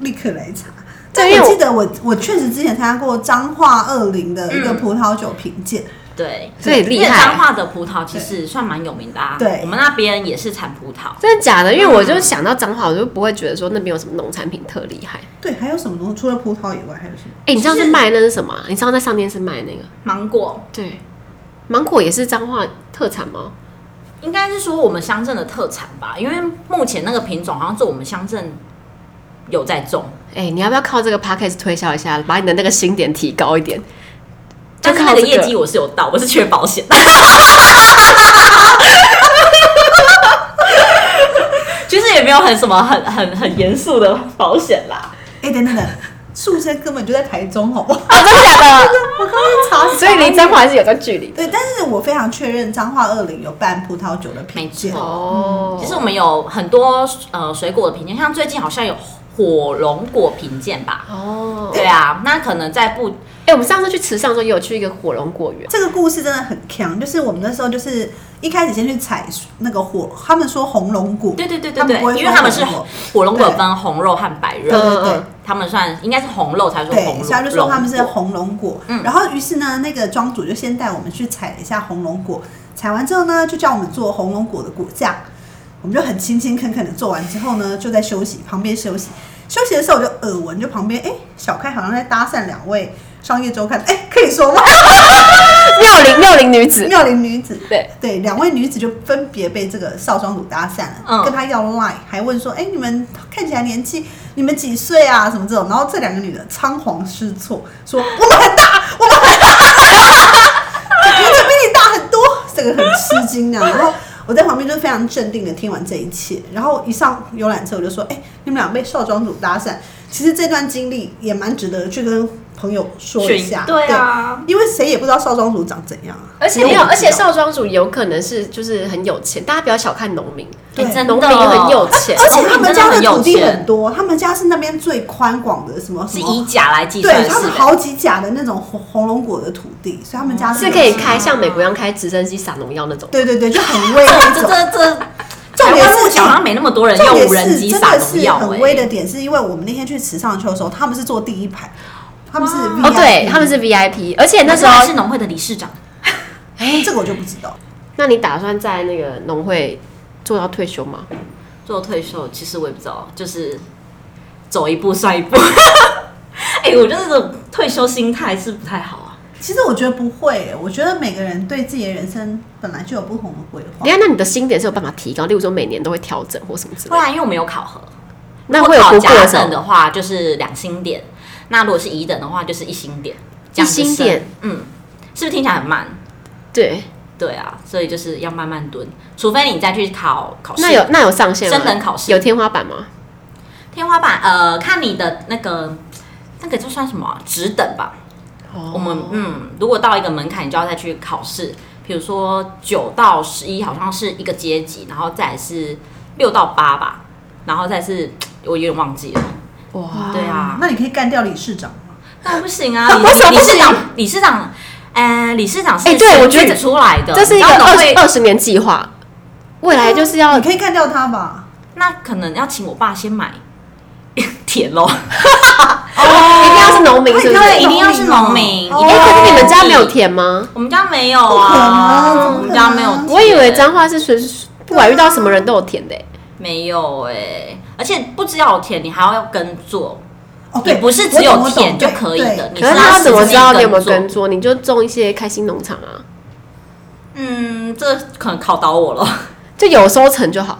Speaker 3: 立刻来查。但
Speaker 4: 对因为
Speaker 3: 我
Speaker 4: 我
Speaker 3: 记得我我确实之前参加过彰化二林的一个
Speaker 2: 嗯
Speaker 3: 葡萄酒品鉴，
Speaker 2: 对，
Speaker 4: 所以
Speaker 2: 因
Speaker 4: 厉
Speaker 2: 为彰
Speaker 4: 害，
Speaker 2: 化的葡萄其实算蛮有名的啊。
Speaker 3: 对
Speaker 2: 我们那边也是产葡萄，
Speaker 4: 真的假的？因为我就想到彰化，我就不会觉得说那边有什么农产品特厉害。
Speaker 3: 对，还有什么东西？除了葡萄以外，还有什么？
Speaker 4: 哎、你上次卖那是什么啊、你上次在上电视卖那个？
Speaker 2: 芒果
Speaker 4: 对，芒果也是彰化特产吗？
Speaker 2: 应该是说我们乡镇的特产吧，因为目前那个品种好像是我们乡镇有在种，
Speaker 4: 哎、你要不要靠这个 podcast 推销一下，把你的那个薪点提高一点？就
Speaker 2: 但是
Speaker 4: 靠
Speaker 2: 那个
Speaker 4: 这个
Speaker 2: 业绩我是有到，我是缺保险。其实也没有很什么很很很严肃的保险啦，
Speaker 3: 哎，等等等，树生根本就在台中，好不好？
Speaker 4: 啊，真的假的？
Speaker 3: 我刚刚查，
Speaker 4: 哦所以离彰化还是有段距离的。
Speaker 3: 对，但是我非常确认彰化二林有办葡萄酒的品鉴
Speaker 2: 没，错
Speaker 4: 哦
Speaker 2: 其实我们有很多呃水果的品鉴，像最近好像有火龙果品鉴吧？
Speaker 4: 哦，
Speaker 2: 对啊，那可能在不
Speaker 4: 哎、我们上次去池上的时候，也有去一个火龙果园。
Speaker 3: 这个故事真的很强，就是我们那时候就是一开始先去采那个火，他们说红龙果，
Speaker 2: 对对对
Speaker 3: 他
Speaker 2: 对
Speaker 3: 们不会
Speaker 2: 对，
Speaker 3: 说
Speaker 2: 因为他们是
Speaker 3: 红龙
Speaker 2: 火龙果
Speaker 3: 对
Speaker 2: 分红肉和白肉，
Speaker 3: 对对对
Speaker 4: 嗯
Speaker 2: 他们算应该是红肉才说
Speaker 3: 对，
Speaker 2: 红
Speaker 3: 所
Speaker 2: 肉，
Speaker 3: 以他就说他们是
Speaker 2: 龙果
Speaker 3: 红龙果。
Speaker 2: 嗯
Speaker 3: 然后于是呢，那个庄主就先带我们去采了一下红龙果，采完之后呢，就叫我们做红龙果的果酱。我们就很勤勤恳恳的做完之后呢，就在休息，旁边休息。休息的时候，我就耳闻就旁边，哎、小开好像在搭讪两位商业周刊，哎、可以说吗？
Speaker 4: 妙龄妙龄女子，
Speaker 3: 妙龄女子，
Speaker 4: 对
Speaker 3: 对，两位女子就分别被这个少庄主搭讪了，
Speaker 2: 嗯
Speaker 3: 跟他要 line，还问说，哎、你们看起来年纪，你们几岁啊？什么这种，然后这两个女的仓皇失措，说我们很大，我们很大，我们比你大很多，这个很吃惊这样，然后。我在旁边就非常镇定的听完这一切，然后一上游览车我就说：“哎、你们俩被少庄主搭讪，其实这段经历也蛮值得去跟朋友说一
Speaker 2: 群
Speaker 3: 下。”
Speaker 2: 对啊，
Speaker 3: 因为谁也不知道少庄主长怎样啊。
Speaker 4: 而且
Speaker 3: 没
Speaker 4: 没
Speaker 3: 有
Speaker 4: 有，
Speaker 3: 人知道
Speaker 4: 而且少庄主有可能是就是很有钱，大家不要小看农民，
Speaker 3: 对
Speaker 2: 哎真的
Speaker 4: 农民很有钱。
Speaker 3: 而且他们家
Speaker 2: 农民真的
Speaker 3: 的
Speaker 2: 很有
Speaker 3: 土地
Speaker 2: 钱
Speaker 3: 很多，他们家是那边最宽广的什么什
Speaker 2: 是
Speaker 3: 么
Speaker 2: 以，甲来计算
Speaker 3: 对
Speaker 2: 是
Speaker 3: 他们
Speaker 2: 吧
Speaker 3: 好几甲的那种红红龙果的土地，所以他们家
Speaker 2: 嗯
Speaker 4: 是
Speaker 3: 有
Speaker 4: 可以
Speaker 3: 钱
Speaker 4: 开像美国一样开直升机撒农药那种。
Speaker 3: 对对对，就很威
Speaker 2: 这
Speaker 3: 那
Speaker 2: 这
Speaker 3: 种。
Speaker 2: 这这 台
Speaker 3: 重
Speaker 2: 湾
Speaker 3: 重
Speaker 2: 附
Speaker 3: 点是
Speaker 2: 近好像没那么多人
Speaker 3: 重
Speaker 2: 用
Speaker 3: 点
Speaker 2: 无人
Speaker 3: 是
Speaker 2: 机
Speaker 3: 真
Speaker 2: 撒
Speaker 3: 的
Speaker 2: 农
Speaker 3: 是
Speaker 2: 药、
Speaker 3: 很
Speaker 2: 欸
Speaker 3: 微的点，是因为我们那天去池上秋的时候，他们是坐第一排，他们是 V
Speaker 4: 哦，对，他们是 VIP，而且那时
Speaker 2: 还
Speaker 4: 候
Speaker 2: 是，农会的理事长，
Speaker 4: 哎，
Speaker 3: 这个我就不知道。
Speaker 4: 那你打算在那个农会做到退休吗？
Speaker 2: 做退休，其实我也不知道，就是走一步算一步。 哎、我觉得这种退休心态是不太好啊。
Speaker 3: 其实我觉得不会，欸我觉得每个人对自己的人生本来就有不同的规划
Speaker 4: 你。看，那你的薪点是有办法提高，例如说每年都会调整或什么之类
Speaker 2: 不
Speaker 4: 的，
Speaker 2: 然啊因为我没有考核，
Speaker 4: 那会有
Speaker 2: 如
Speaker 4: 不
Speaker 2: 果
Speaker 4: 过
Speaker 2: 考加
Speaker 4: 的时
Speaker 2: 等
Speaker 4: 候，
Speaker 2: 的话就是两星点，那如果是乙等的话就是一星点，这
Speaker 4: 一
Speaker 2: 样子
Speaker 4: 星
Speaker 2: 升
Speaker 4: 点，
Speaker 2: 嗯，是不是听起来很慢？
Speaker 4: 对，
Speaker 2: 对啊，所以就是要慢慢蹲，除非你再去考考试。
Speaker 4: 那有那有上限吗？
Speaker 2: 升等考试
Speaker 4: 有天花板吗？
Speaker 2: 天花板，呃，看你的那个那个就算什么啊职等吧。我们
Speaker 4: 哦
Speaker 3: 哦
Speaker 2: 嗯，如果到一个门槛，你就要再去考试。比如说九到十一好像是一个阶级，然后再来是六到八吧，然后再是我有点忘记了。
Speaker 4: 哇，
Speaker 2: 对啊，
Speaker 3: 那你可以干掉理事长吗？
Speaker 2: 那不行啊！
Speaker 4: 为什么
Speaker 2: 理
Speaker 4: 不
Speaker 2: 事
Speaker 4: 行
Speaker 2: 长，理事长，呃，理事长是
Speaker 4: 哎对我觉得
Speaker 2: 选举出来的，
Speaker 4: 这是一个
Speaker 2: 你知道
Speaker 4: 二
Speaker 2: 农
Speaker 4: 十
Speaker 2: 会
Speaker 4: 二十年计划，未来就是要
Speaker 3: 你可以干掉他吧？
Speaker 2: 那可能要请我爸先买 铁 喽，
Speaker 4: 一定要是哦农民，
Speaker 3: 那
Speaker 4: 是不是？
Speaker 3: 你看
Speaker 2: 哦对，一定要是农民。
Speaker 3: 哦
Speaker 2: 一
Speaker 4: 哎，
Speaker 2: 定要
Speaker 4: 可是你们家没有
Speaker 2: 地
Speaker 4: 田吗？
Speaker 2: 我们家没有
Speaker 3: 不
Speaker 2: 啊
Speaker 3: 可，能
Speaker 2: 我们家没有
Speaker 3: 不可
Speaker 2: 田。
Speaker 3: 能
Speaker 4: 我以为彰化是随不管遇到什么人都有田的欸，
Speaker 2: 没有哎、而且不只要有田，你还要耕作，
Speaker 3: 哦，
Speaker 2: 也
Speaker 3: 对，
Speaker 2: 不是只有田就可以的。你
Speaker 4: 可是
Speaker 2: 要
Speaker 4: 他怎么
Speaker 2: 实
Speaker 4: 知
Speaker 2: 际
Speaker 4: 道你有没有
Speaker 2: 耕
Speaker 4: 耕
Speaker 2: 作？
Speaker 4: 作？你就种一些开心农场啊，
Speaker 2: 嗯，这可能考倒我了。
Speaker 4: 就有收成就好。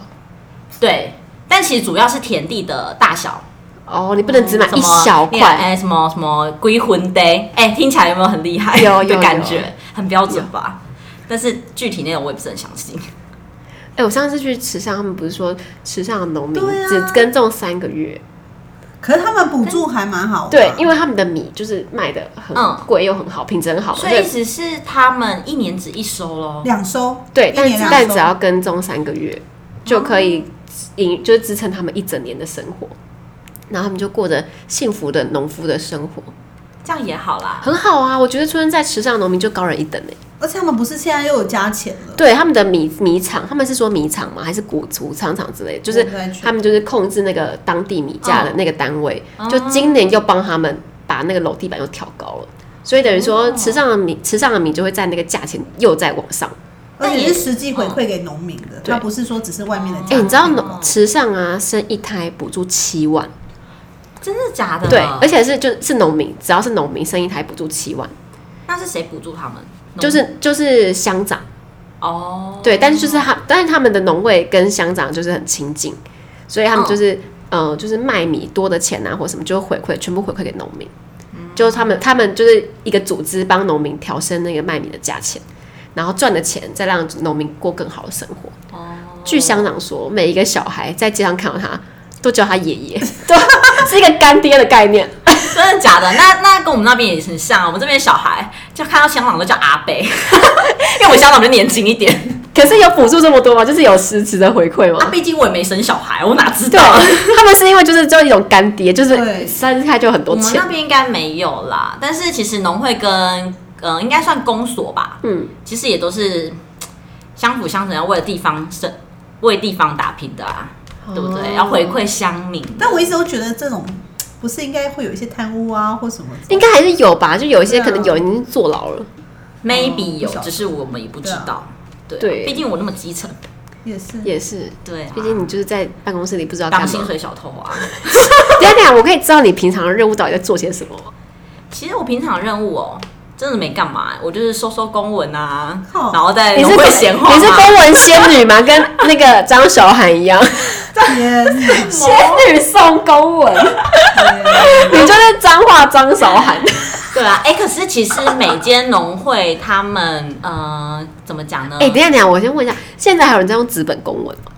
Speaker 2: 对，但其实主要是田地的大小，
Speaker 4: 哦，你不能只买
Speaker 2: 嗯什
Speaker 4: 一
Speaker 2: 么
Speaker 4: 小
Speaker 2: 恋爱
Speaker 4: 块，
Speaker 2: 哎，什么什么归魂 day，哎，听起来有没有很厉害？
Speaker 4: 有有
Speaker 2: 的感
Speaker 4: 有
Speaker 2: 觉，很标准吧？但是具体内容我也不是很详细。
Speaker 4: 哎、我上次去池上，他们不是说池上的农民
Speaker 3: 对啊
Speaker 4: 只耕种三个月？
Speaker 3: 可是他们补助还蛮好的，啊
Speaker 4: 对，因为他们的米就是卖的很
Speaker 2: 嗯
Speaker 4: 贵又很好，品质很好嘛，
Speaker 2: 所
Speaker 4: 所
Speaker 2: 以意
Speaker 4: 以
Speaker 2: 思是他们一年只一收喽。
Speaker 3: 两收，
Speaker 4: 对，
Speaker 3: 一
Speaker 4: 但
Speaker 3: 年
Speaker 4: 但
Speaker 3: 两哦
Speaker 4: 只
Speaker 3: 收。
Speaker 4: 要耕种三个月就可以营，就是支撑他们一整年的生活。然后他们就过着幸福的农夫的生活，
Speaker 2: 这样也好啦。
Speaker 4: 很好啊！我觉得出生在池上的农民就高人一等哎、
Speaker 3: 而且他们不是现在又有加钱了，
Speaker 4: 对，他们的米米厂，他们是说米厂吗？还是谷谷仓厂之类的？就是
Speaker 3: 我不太确
Speaker 4: 他们就是控制那个当地米价的那个单位，
Speaker 2: 哦
Speaker 4: 就今年又帮他们把那个楼地板又调高了，所以等于说
Speaker 2: 哦
Speaker 4: 池上的米，池上的米就会在那个价钱又在往上。
Speaker 3: 哦而
Speaker 2: 但
Speaker 3: 且
Speaker 2: 也
Speaker 3: 是实际回馈给农民的，
Speaker 4: 嗯对
Speaker 3: 他不是说只是外面的
Speaker 4: 哎、
Speaker 3: 价
Speaker 4: 你。知道
Speaker 2: 哦
Speaker 4: 池上啊，生一胎补助七万，
Speaker 2: 真的假的？
Speaker 4: 对，而且是就是农民，只要是农民生一胎补助七万，
Speaker 2: 那是谁补助他们？农
Speaker 4: 就是就是乡长。
Speaker 2: 哦，
Speaker 4: 对，但是就是他，但是他们的农会跟乡长就是很亲近，所以他们就是、呃，就是卖米多的钱啊，或什么就回馈，全部回馈给农民。就是他们，他们就是一个组织帮农民调升那个卖米的价钱，然后赚的钱再让农民过更好的生活。据乡长说，每一个小孩在街上看到他，都叫他爷爷，对， 是一个干爹的概念。
Speaker 2: 真的假的？那那跟我们那边也很像啊。我们这边小孩就看到香港都叫阿贝， 因为我们香港就年轻一点。
Speaker 4: 可是有补助这么多吗？就是有实质的回馈吗？
Speaker 2: 啊，毕竟我也没生小孩，我哪知
Speaker 4: 对啊
Speaker 2: 道？，
Speaker 4: 他们是因为就是就一种干爹，就是
Speaker 3: 对
Speaker 4: 三开就很多
Speaker 2: 我们
Speaker 4: 钱
Speaker 2: 那。边应该没有啦。但是其实农会跟呃，应该算公所吧，
Speaker 4: 嗯，
Speaker 2: 其实也都是嘖相辅相成，要为了地方生，为地方打拼的啊，
Speaker 4: 哦
Speaker 2: 对不对？要回馈乡民。
Speaker 3: 但我一直都觉得这种不是应该会有一些贪污啊或什么之类
Speaker 4: 应
Speaker 3: 的？
Speaker 4: 该还是有吧，就有一些
Speaker 3: 对啊
Speaker 4: 可能有已经坐牢了。
Speaker 2: maybe
Speaker 3: 嗯
Speaker 2: 有
Speaker 3: 不晓，得
Speaker 2: 只是我们也不知道。对啊，
Speaker 4: 对
Speaker 2: 毕竟我那么基层，
Speaker 3: 也是，
Speaker 4: 也是，
Speaker 2: 对啊，
Speaker 4: 毕竟你就是在办公室里不知道干
Speaker 2: 当
Speaker 4: 嘛。
Speaker 2: 薪水小偷啊。
Speaker 4: 等一下等一下，我可以知道你平常的任务到底在做些什么吗？
Speaker 2: 其实我平常任务哦，真的没干嘛，我就是收收公文啊，
Speaker 3: 哦
Speaker 2: 然后再
Speaker 4: 哎你是
Speaker 2: 农会
Speaker 4: 公
Speaker 2: 闲话嘛。
Speaker 4: 你是公文仙女吗？跟那个张韶涵一样，
Speaker 3: 天 哪
Speaker 4: 仙女送公文，你就是脏话张韶涵。
Speaker 2: 对啊，哎，可是其实每间农会他们呃怎么讲呢？
Speaker 4: 哎、等一下等一下，我先问一下，现在还有人在用纸本公文吗？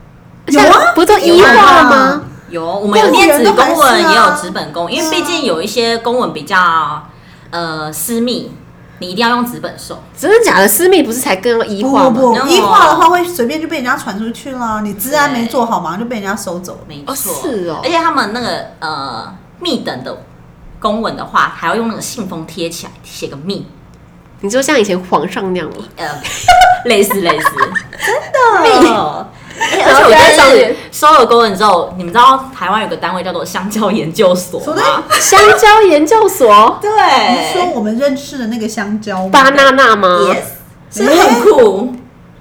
Speaker 3: 有啊
Speaker 4: 现在不都一化了吗？
Speaker 2: 有，我们有
Speaker 3: 公务员
Speaker 2: 电子
Speaker 3: 都还
Speaker 2: 公文，
Speaker 3: 是啊
Speaker 2: 也有纸本公，因为
Speaker 3: 对啊
Speaker 2: 毕竟有一些公文比较呃私密，你一定要用纸本送。
Speaker 4: 真的假的？私密不是才更要一
Speaker 3: 不
Speaker 4: 化
Speaker 3: 不
Speaker 4: 吗？
Speaker 3: 不，
Speaker 2: No
Speaker 3: 一化的话会随便就被人家传出去啦。你治安
Speaker 2: 对
Speaker 3: 没做好，马上就被人家收走了。
Speaker 2: 没
Speaker 4: 哦
Speaker 2: 错，
Speaker 4: 是哦
Speaker 2: 而且他们那个呃密等的公文的话，还要用那个信封贴起来，写个密，
Speaker 4: 你就像以前皇上那样吗？
Speaker 2: 呃，类似类似，真的。而且我觉得是收了公文之后，你们知道台湾有个单位叫做香蕉研究所
Speaker 3: 什么
Speaker 2: 吗？
Speaker 4: 香蕉研究所，
Speaker 2: 对，
Speaker 3: 你 说我们认识的那个香蕉吗
Speaker 4: 巴娜娜吗
Speaker 2: yes，是不是很酷。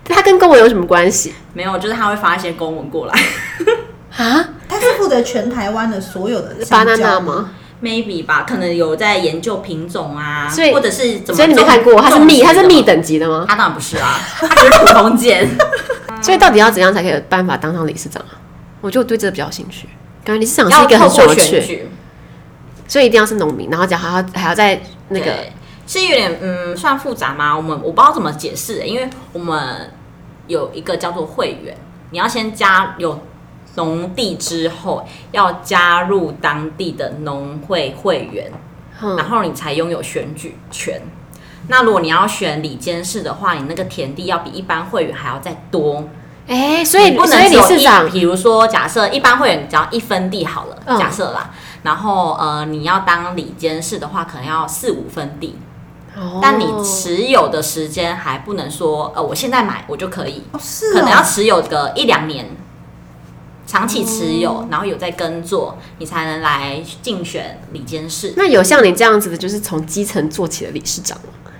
Speaker 4: 它跟公文有什么关系
Speaker 2: 没有，就是他会发一些公文过来
Speaker 4: 啊？
Speaker 3: 他是负责全台湾的所有的
Speaker 4: 巴
Speaker 3: 香
Speaker 4: 娜娜
Speaker 3: 蕉？
Speaker 4: 吗？
Speaker 2: ，maybe 吧，可能有在研究品种啊，
Speaker 4: 所以
Speaker 2: 或者是怎么种，
Speaker 4: 所以你没看过，它是密，它
Speaker 2: 种
Speaker 4: 是
Speaker 2: 植的
Speaker 4: 密，等级的吗？
Speaker 2: 他当然不是啊，他只是普通件。啊
Speaker 4: 所以到底要怎样才可以有办法当上理事长啊？我觉得我对这个比较有兴趣，感觉理事长嗯 是
Speaker 2: 要
Speaker 4: 一个
Speaker 2: 透
Speaker 4: 很爽
Speaker 2: 过
Speaker 4: 的
Speaker 2: 选
Speaker 4: 缺，
Speaker 2: 举，
Speaker 4: 所以一定要是农民，然后讲还要还要在那个
Speaker 2: 对是有点嗯，算复杂吗？我们我不知道怎么解释、欸因为我们有一个叫做会员，你要先加有农地之后，要加入当地的农会会员，
Speaker 4: 嗯
Speaker 2: 然后你才拥有选举权。那如果你要选里监事的话，你那个田地要比一般会员还要再多，
Speaker 4: 哎、所以
Speaker 2: 你不
Speaker 4: 所以
Speaker 2: 能只
Speaker 4: 理
Speaker 2: 有
Speaker 4: 事
Speaker 2: 一，
Speaker 4: 长
Speaker 2: 比如说假设一般会员只要一分地好了，
Speaker 4: 嗯
Speaker 2: 假设啦，然后呃你要当里监事的话，可能要四五分地，
Speaker 4: 哦
Speaker 2: 但你持有的时间还不能说呃我现在买我就可以，
Speaker 3: 哦，是哦
Speaker 2: 可能要持有个一两年，长期持有，然后有在耕作，你才能来竞选里监事。
Speaker 4: 那有像你这样子的，就是从基层做起的理事长吗，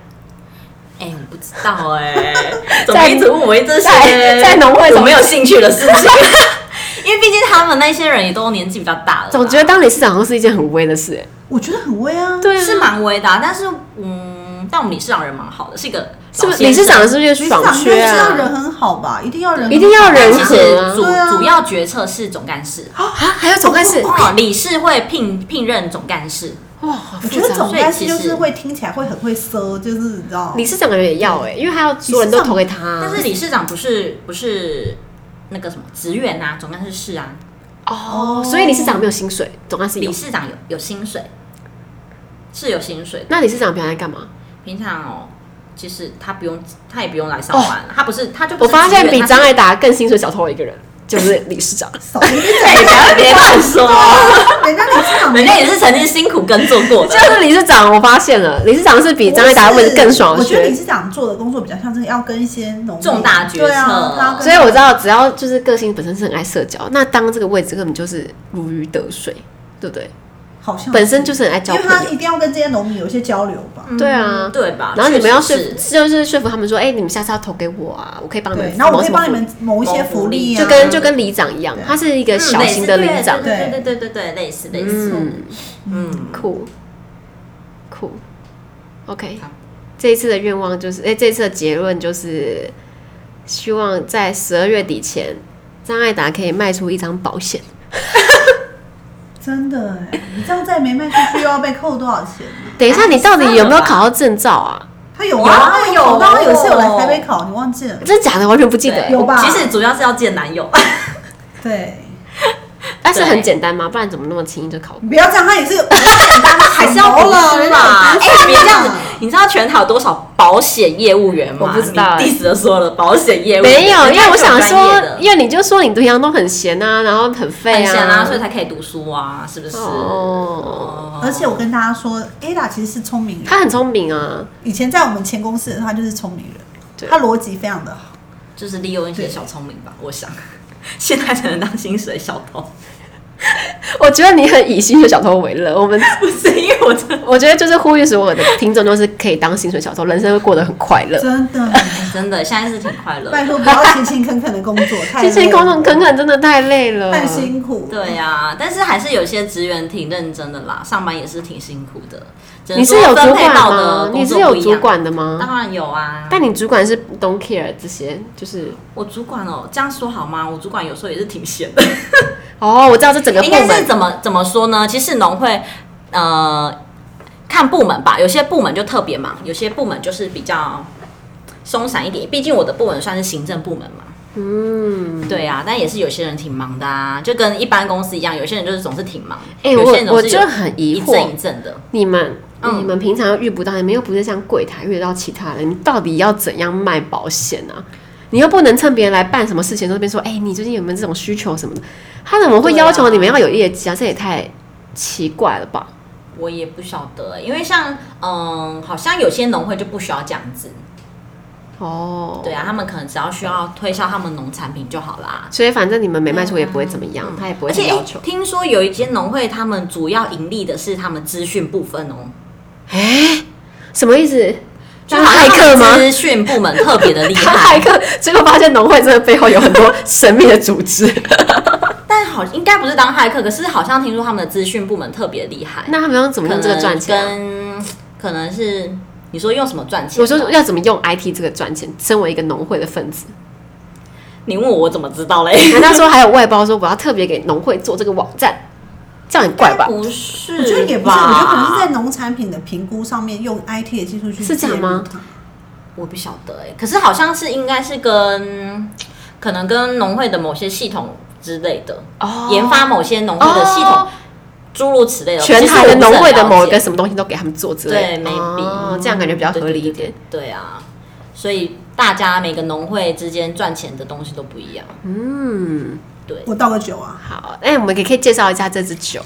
Speaker 2: 哎、我不知道哎、 怎么
Speaker 4: 在
Speaker 2: 一直问我一直
Speaker 4: 在在农会
Speaker 2: 我
Speaker 4: 总
Speaker 2: 没有兴趣的事情， 因为毕竟他们那些人也都年纪比较大了啦，
Speaker 4: 总觉得当理事长好像是一件很威的事、哎，
Speaker 3: 我觉得很威啊。
Speaker 4: 对
Speaker 2: 是蛮微的啊、但是嗯，但我们理事长人蛮好的，是一个
Speaker 4: 是不
Speaker 2: 老
Speaker 4: 是
Speaker 2: 先
Speaker 4: 理
Speaker 2: 生
Speaker 4: 事长？是不是
Speaker 3: 理事
Speaker 4: 爽
Speaker 3: 长
Speaker 4: 缺
Speaker 3: 是要
Speaker 4: 啊？
Speaker 3: 人很好吧？一定要人很好，
Speaker 4: 一定要人
Speaker 2: 其实主、
Speaker 3: 对啊
Speaker 2: 主要决策是总干事，
Speaker 4: 啊，还有总干事，
Speaker 2: 哦，理事会聘聘任总干事，
Speaker 4: 哇，好
Speaker 3: 我
Speaker 4: 复
Speaker 3: 觉得
Speaker 4: 杂
Speaker 3: 总
Speaker 4: 哦。
Speaker 3: 干事就
Speaker 2: 所以其实
Speaker 3: 是会听起来会很会搜，就是你知道，
Speaker 4: 理事长感觉也要哎、因为他要所有人都投给他啊、
Speaker 2: 但是理事长不是不是那个什么职员啊，总干事是啊，
Speaker 4: 哦，所以理事长没有薪水，总干事有
Speaker 2: 理。事长有有薪水，是有薪水的。
Speaker 4: 那理事长平常在干嘛？
Speaker 2: 平常哦，其实他不用，他也不用来上班，啊他不是，他就
Speaker 4: 哦
Speaker 2: 不
Speaker 4: 我
Speaker 2: 是
Speaker 4: 发现
Speaker 2: 职员
Speaker 4: 比张 爱达更薪水小偷的一个人就是理事长。
Speaker 3: 少人家
Speaker 2: 他是哎别乱 说，
Speaker 3: 人家理事长
Speaker 2: 人家也是曾经辛苦耕作过的
Speaker 4: 就。是理事长，我发现了，理事长是比张爱达问的更爽
Speaker 3: 我
Speaker 4: 的
Speaker 3: 觉得
Speaker 4: 学
Speaker 3: 理。事长做的工作比较像这个，要跟一些农民
Speaker 2: 重大决策
Speaker 3: 对啊他要跟
Speaker 4: 所以我知道，只要就是个性本身是很爱社交，那当这个位置根本就是如鱼得水，对不对？
Speaker 3: 好像
Speaker 4: 本身就是很爱交
Speaker 3: 因为
Speaker 4: 朋
Speaker 3: 他
Speaker 4: 友。
Speaker 3: 一定要跟这些农民有一些交流吧。
Speaker 2: 嗯
Speaker 4: 对啊
Speaker 2: 对吧？
Speaker 4: 然后你们要说
Speaker 2: 确实，是
Speaker 4: 就是说服他们说，哎、你们下次要投给我啊，我可以帮你
Speaker 3: 对
Speaker 4: 们，，
Speaker 3: 然后我可以帮你，们谋一些福利啊，
Speaker 4: 就跟就跟里长一样
Speaker 3: 对，
Speaker 4: 他是一个小型的里长
Speaker 2: 嗯，类似对对对对对对，类似类似，
Speaker 4: 嗯，
Speaker 2: 嗯，
Speaker 4: 酷酷，OK
Speaker 2: 好。
Speaker 4: 这一次的愿望就是，哎、这一次的结论就是，希望在十二月底前，张爱达可以卖出一张保险。
Speaker 3: 真的哎，你这样再没卖出去又要被扣多少钱呢？
Speaker 4: 等一
Speaker 2: 啊
Speaker 4: 下，你到底有没有考到证照啊？
Speaker 3: 他有
Speaker 2: 有啊
Speaker 3: 啊，他
Speaker 2: 有
Speaker 3: 有，他有一次有来
Speaker 2: 哦
Speaker 3: 台北考，你忘记了？
Speaker 4: 真的假的？完全不记得
Speaker 2: 对。
Speaker 3: 有吧
Speaker 2: 其实主要是要见男 友，
Speaker 3: 对，
Speaker 4: 但是很简单嘛，不然怎么那么轻易就考过？
Speaker 3: 你不要这样，他也是 有，还
Speaker 2: 还是要读书啦。哎， 别这样子
Speaker 3: 子，
Speaker 2: 你知道全台有多少保险业务员吗？
Speaker 4: 我不知道哎
Speaker 2: 你 diss 的说了保险业务员
Speaker 4: 没有，因为我想
Speaker 2: 人家是有专
Speaker 4: 说
Speaker 2: 业的，
Speaker 4: 因为啊你就说你平常都很闲啊，然后很废
Speaker 2: 很
Speaker 4: 啊，
Speaker 2: 闲啊，所以才可以读书啊，是不是？
Speaker 4: 哦，
Speaker 3: 而且我跟大家说，Ada 其实是聪明人，
Speaker 4: 他很聪明啊，
Speaker 3: 以前在我们前公司，他就是聪明人，
Speaker 4: 对
Speaker 3: 他逻辑非常的好。
Speaker 2: 就是利用一些小聪明吧，我想。 现在只能当薪水小偷，
Speaker 4: 我觉得你很以薪水小偷为乐。我们
Speaker 2: 不是因为我真的
Speaker 4: 我觉得就是呼吁所有的听众都是可以当薪水小偷，人生会过得很快乐。
Speaker 3: 真的，
Speaker 2: 真的现在是挺快乐的。
Speaker 3: 哎拜托不要勤勤恳恳的工作，太
Speaker 4: 勤勤
Speaker 3: 累了
Speaker 4: 恳恳恳恳真的太累了，
Speaker 3: 太辛苦。
Speaker 2: 对呀、但是还是有些职员挺认真的啦，上班也是挺辛苦的。只能
Speaker 4: 你是
Speaker 2: 说
Speaker 4: 有
Speaker 2: 分
Speaker 4: 主
Speaker 2: 配
Speaker 4: 管
Speaker 2: 到的
Speaker 4: 吗？你
Speaker 2: 工
Speaker 4: 是
Speaker 2: 作
Speaker 4: 有
Speaker 2: 不一样
Speaker 4: 主？管的吗？
Speaker 2: 当然有啊，
Speaker 4: 但你主管是 don't care 这些，就是
Speaker 2: 我主管哦，这样说好吗？我主管有时候也是挺闲的，
Speaker 4: 哦，我知道这整个部
Speaker 2: 应该是
Speaker 4: 门
Speaker 2: 怎么怎么说呢？其实农会，呃，看部门吧，有些部门就特别忙，有些部门就是比较松散一点。毕竟我的部门算是行政部门嘛。嗯，对啊，但也是有些人挺忙的啊，就跟一般公司一样，有些人就是总是挺忙，
Speaker 4: 哎、
Speaker 2: 有
Speaker 4: 我
Speaker 2: 些人
Speaker 4: 我
Speaker 2: 总是
Speaker 4: 就
Speaker 2: 有
Speaker 4: 很
Speaker 2: 一
Speaker 4: 疑惑
Speaker 2: 阵一，阵的。
Speaker 4: 你们、
Speaker 2: 嗯
Speaker 4: 你们平常遇不到，你们又不是像柜台遇得到其他人，你到底要怎样卖保险啊？你又不能趁别人来办什么事情，这边说，哎、你最近有没有这种需求什么的？他怎么会
Speaker 2: 对啊
Speaker 4: 要求你们要有业绩啊？这也太奇怪了吧？
Speaker 2: 我也不晓得欸、因为像嗯，好像有些农会就不需要这样子，
Speaker 4: 哦，
Speaker 2: 对啊，他们可能只要需要推销他们农产品就好啦。
Speaker 4: 所以反正你们没卖出也不会怎么样，他也不
Speaker 2: 啊而
Speaker 4: 会
Speaker 2: 且
Speaker 4: 去要
Speaker 2: 诶
Speaker 4: 求。
Speaker 2: 听说有一间农会，他们主要盈利的是他们资讯部分哦，
Speaker 4: 哎，什么意思？
Speaker 2: 就
Speaker 4: 他
Speaker 2: 好像
Speaker 4: 骇客吗
Speaker 2: 他们资讯部门特别的厉
Speaker 4: 他
Speaker 2: 害，
Speaker 4: 骇客，结果发现农会真的背后有很多神秘的组 织。
Speaker 2: 但好应该不是当骇客，可是好像听说他们的资讯部门特别厉害，
Speaker 4: 那他们要怎么
Speaker 2: 可
Speaker 4: 用
Speaker 2: 能
Speaker 4: 这个赚钱啊？
Speaker 2: 跟可能是你说用什么赚钱？啊
Speaker 4: 我说要怎么用 IT 这个赚钱？身为一个农会的分子，
Speaker 2: 你问我我怎么知道嘞？
Speaker 4: 人家说还有外包说我要特别给农会做这个网站，这样很 怪吧？
Speaker 2: 不是，
Speaker 3: 我觉得也不是，我觉得可能是在农产品的评估上面用 IT 的技术去
Speaker 4: 是这样吗
Speaker 3: 介入它？
Speaker 2: 我不晓得哎、可是好像是应该是跟可能跟农会的某些系统之类的，
Speaker 4: 哦
Speaker 2: 研发某些农会的系统
Speaker 4: 哦，
Speaker 2: 诸、如此类的。
Speaker 4: 全
Speaker 2: 其实
Speaker 4: 台
Speaker 2: 我
Speaker 4: 的
Speaker 2: 不是
Speaker 4: 农会的
Speaker 2: 很了
Speaker 4: 某一个
Speaker 2: 解
Speaker 4: 什么东西都给他们做之类
Speaker 2: 对
Speaker 4: 的，
Speaker 2: ，maybe、
Speaker 4: 哦这样感觉比较合理一点。
Speaker 2: 对。对对对啊，所以大家每个农会之间赚钱的东西都不一样。
Speaker 4: 嗯，
Speaker 2: 对，
Speaker 3: 我倒个酒啊，
Speaker 4: 好，哎，我们也可以介绍一下这支酒，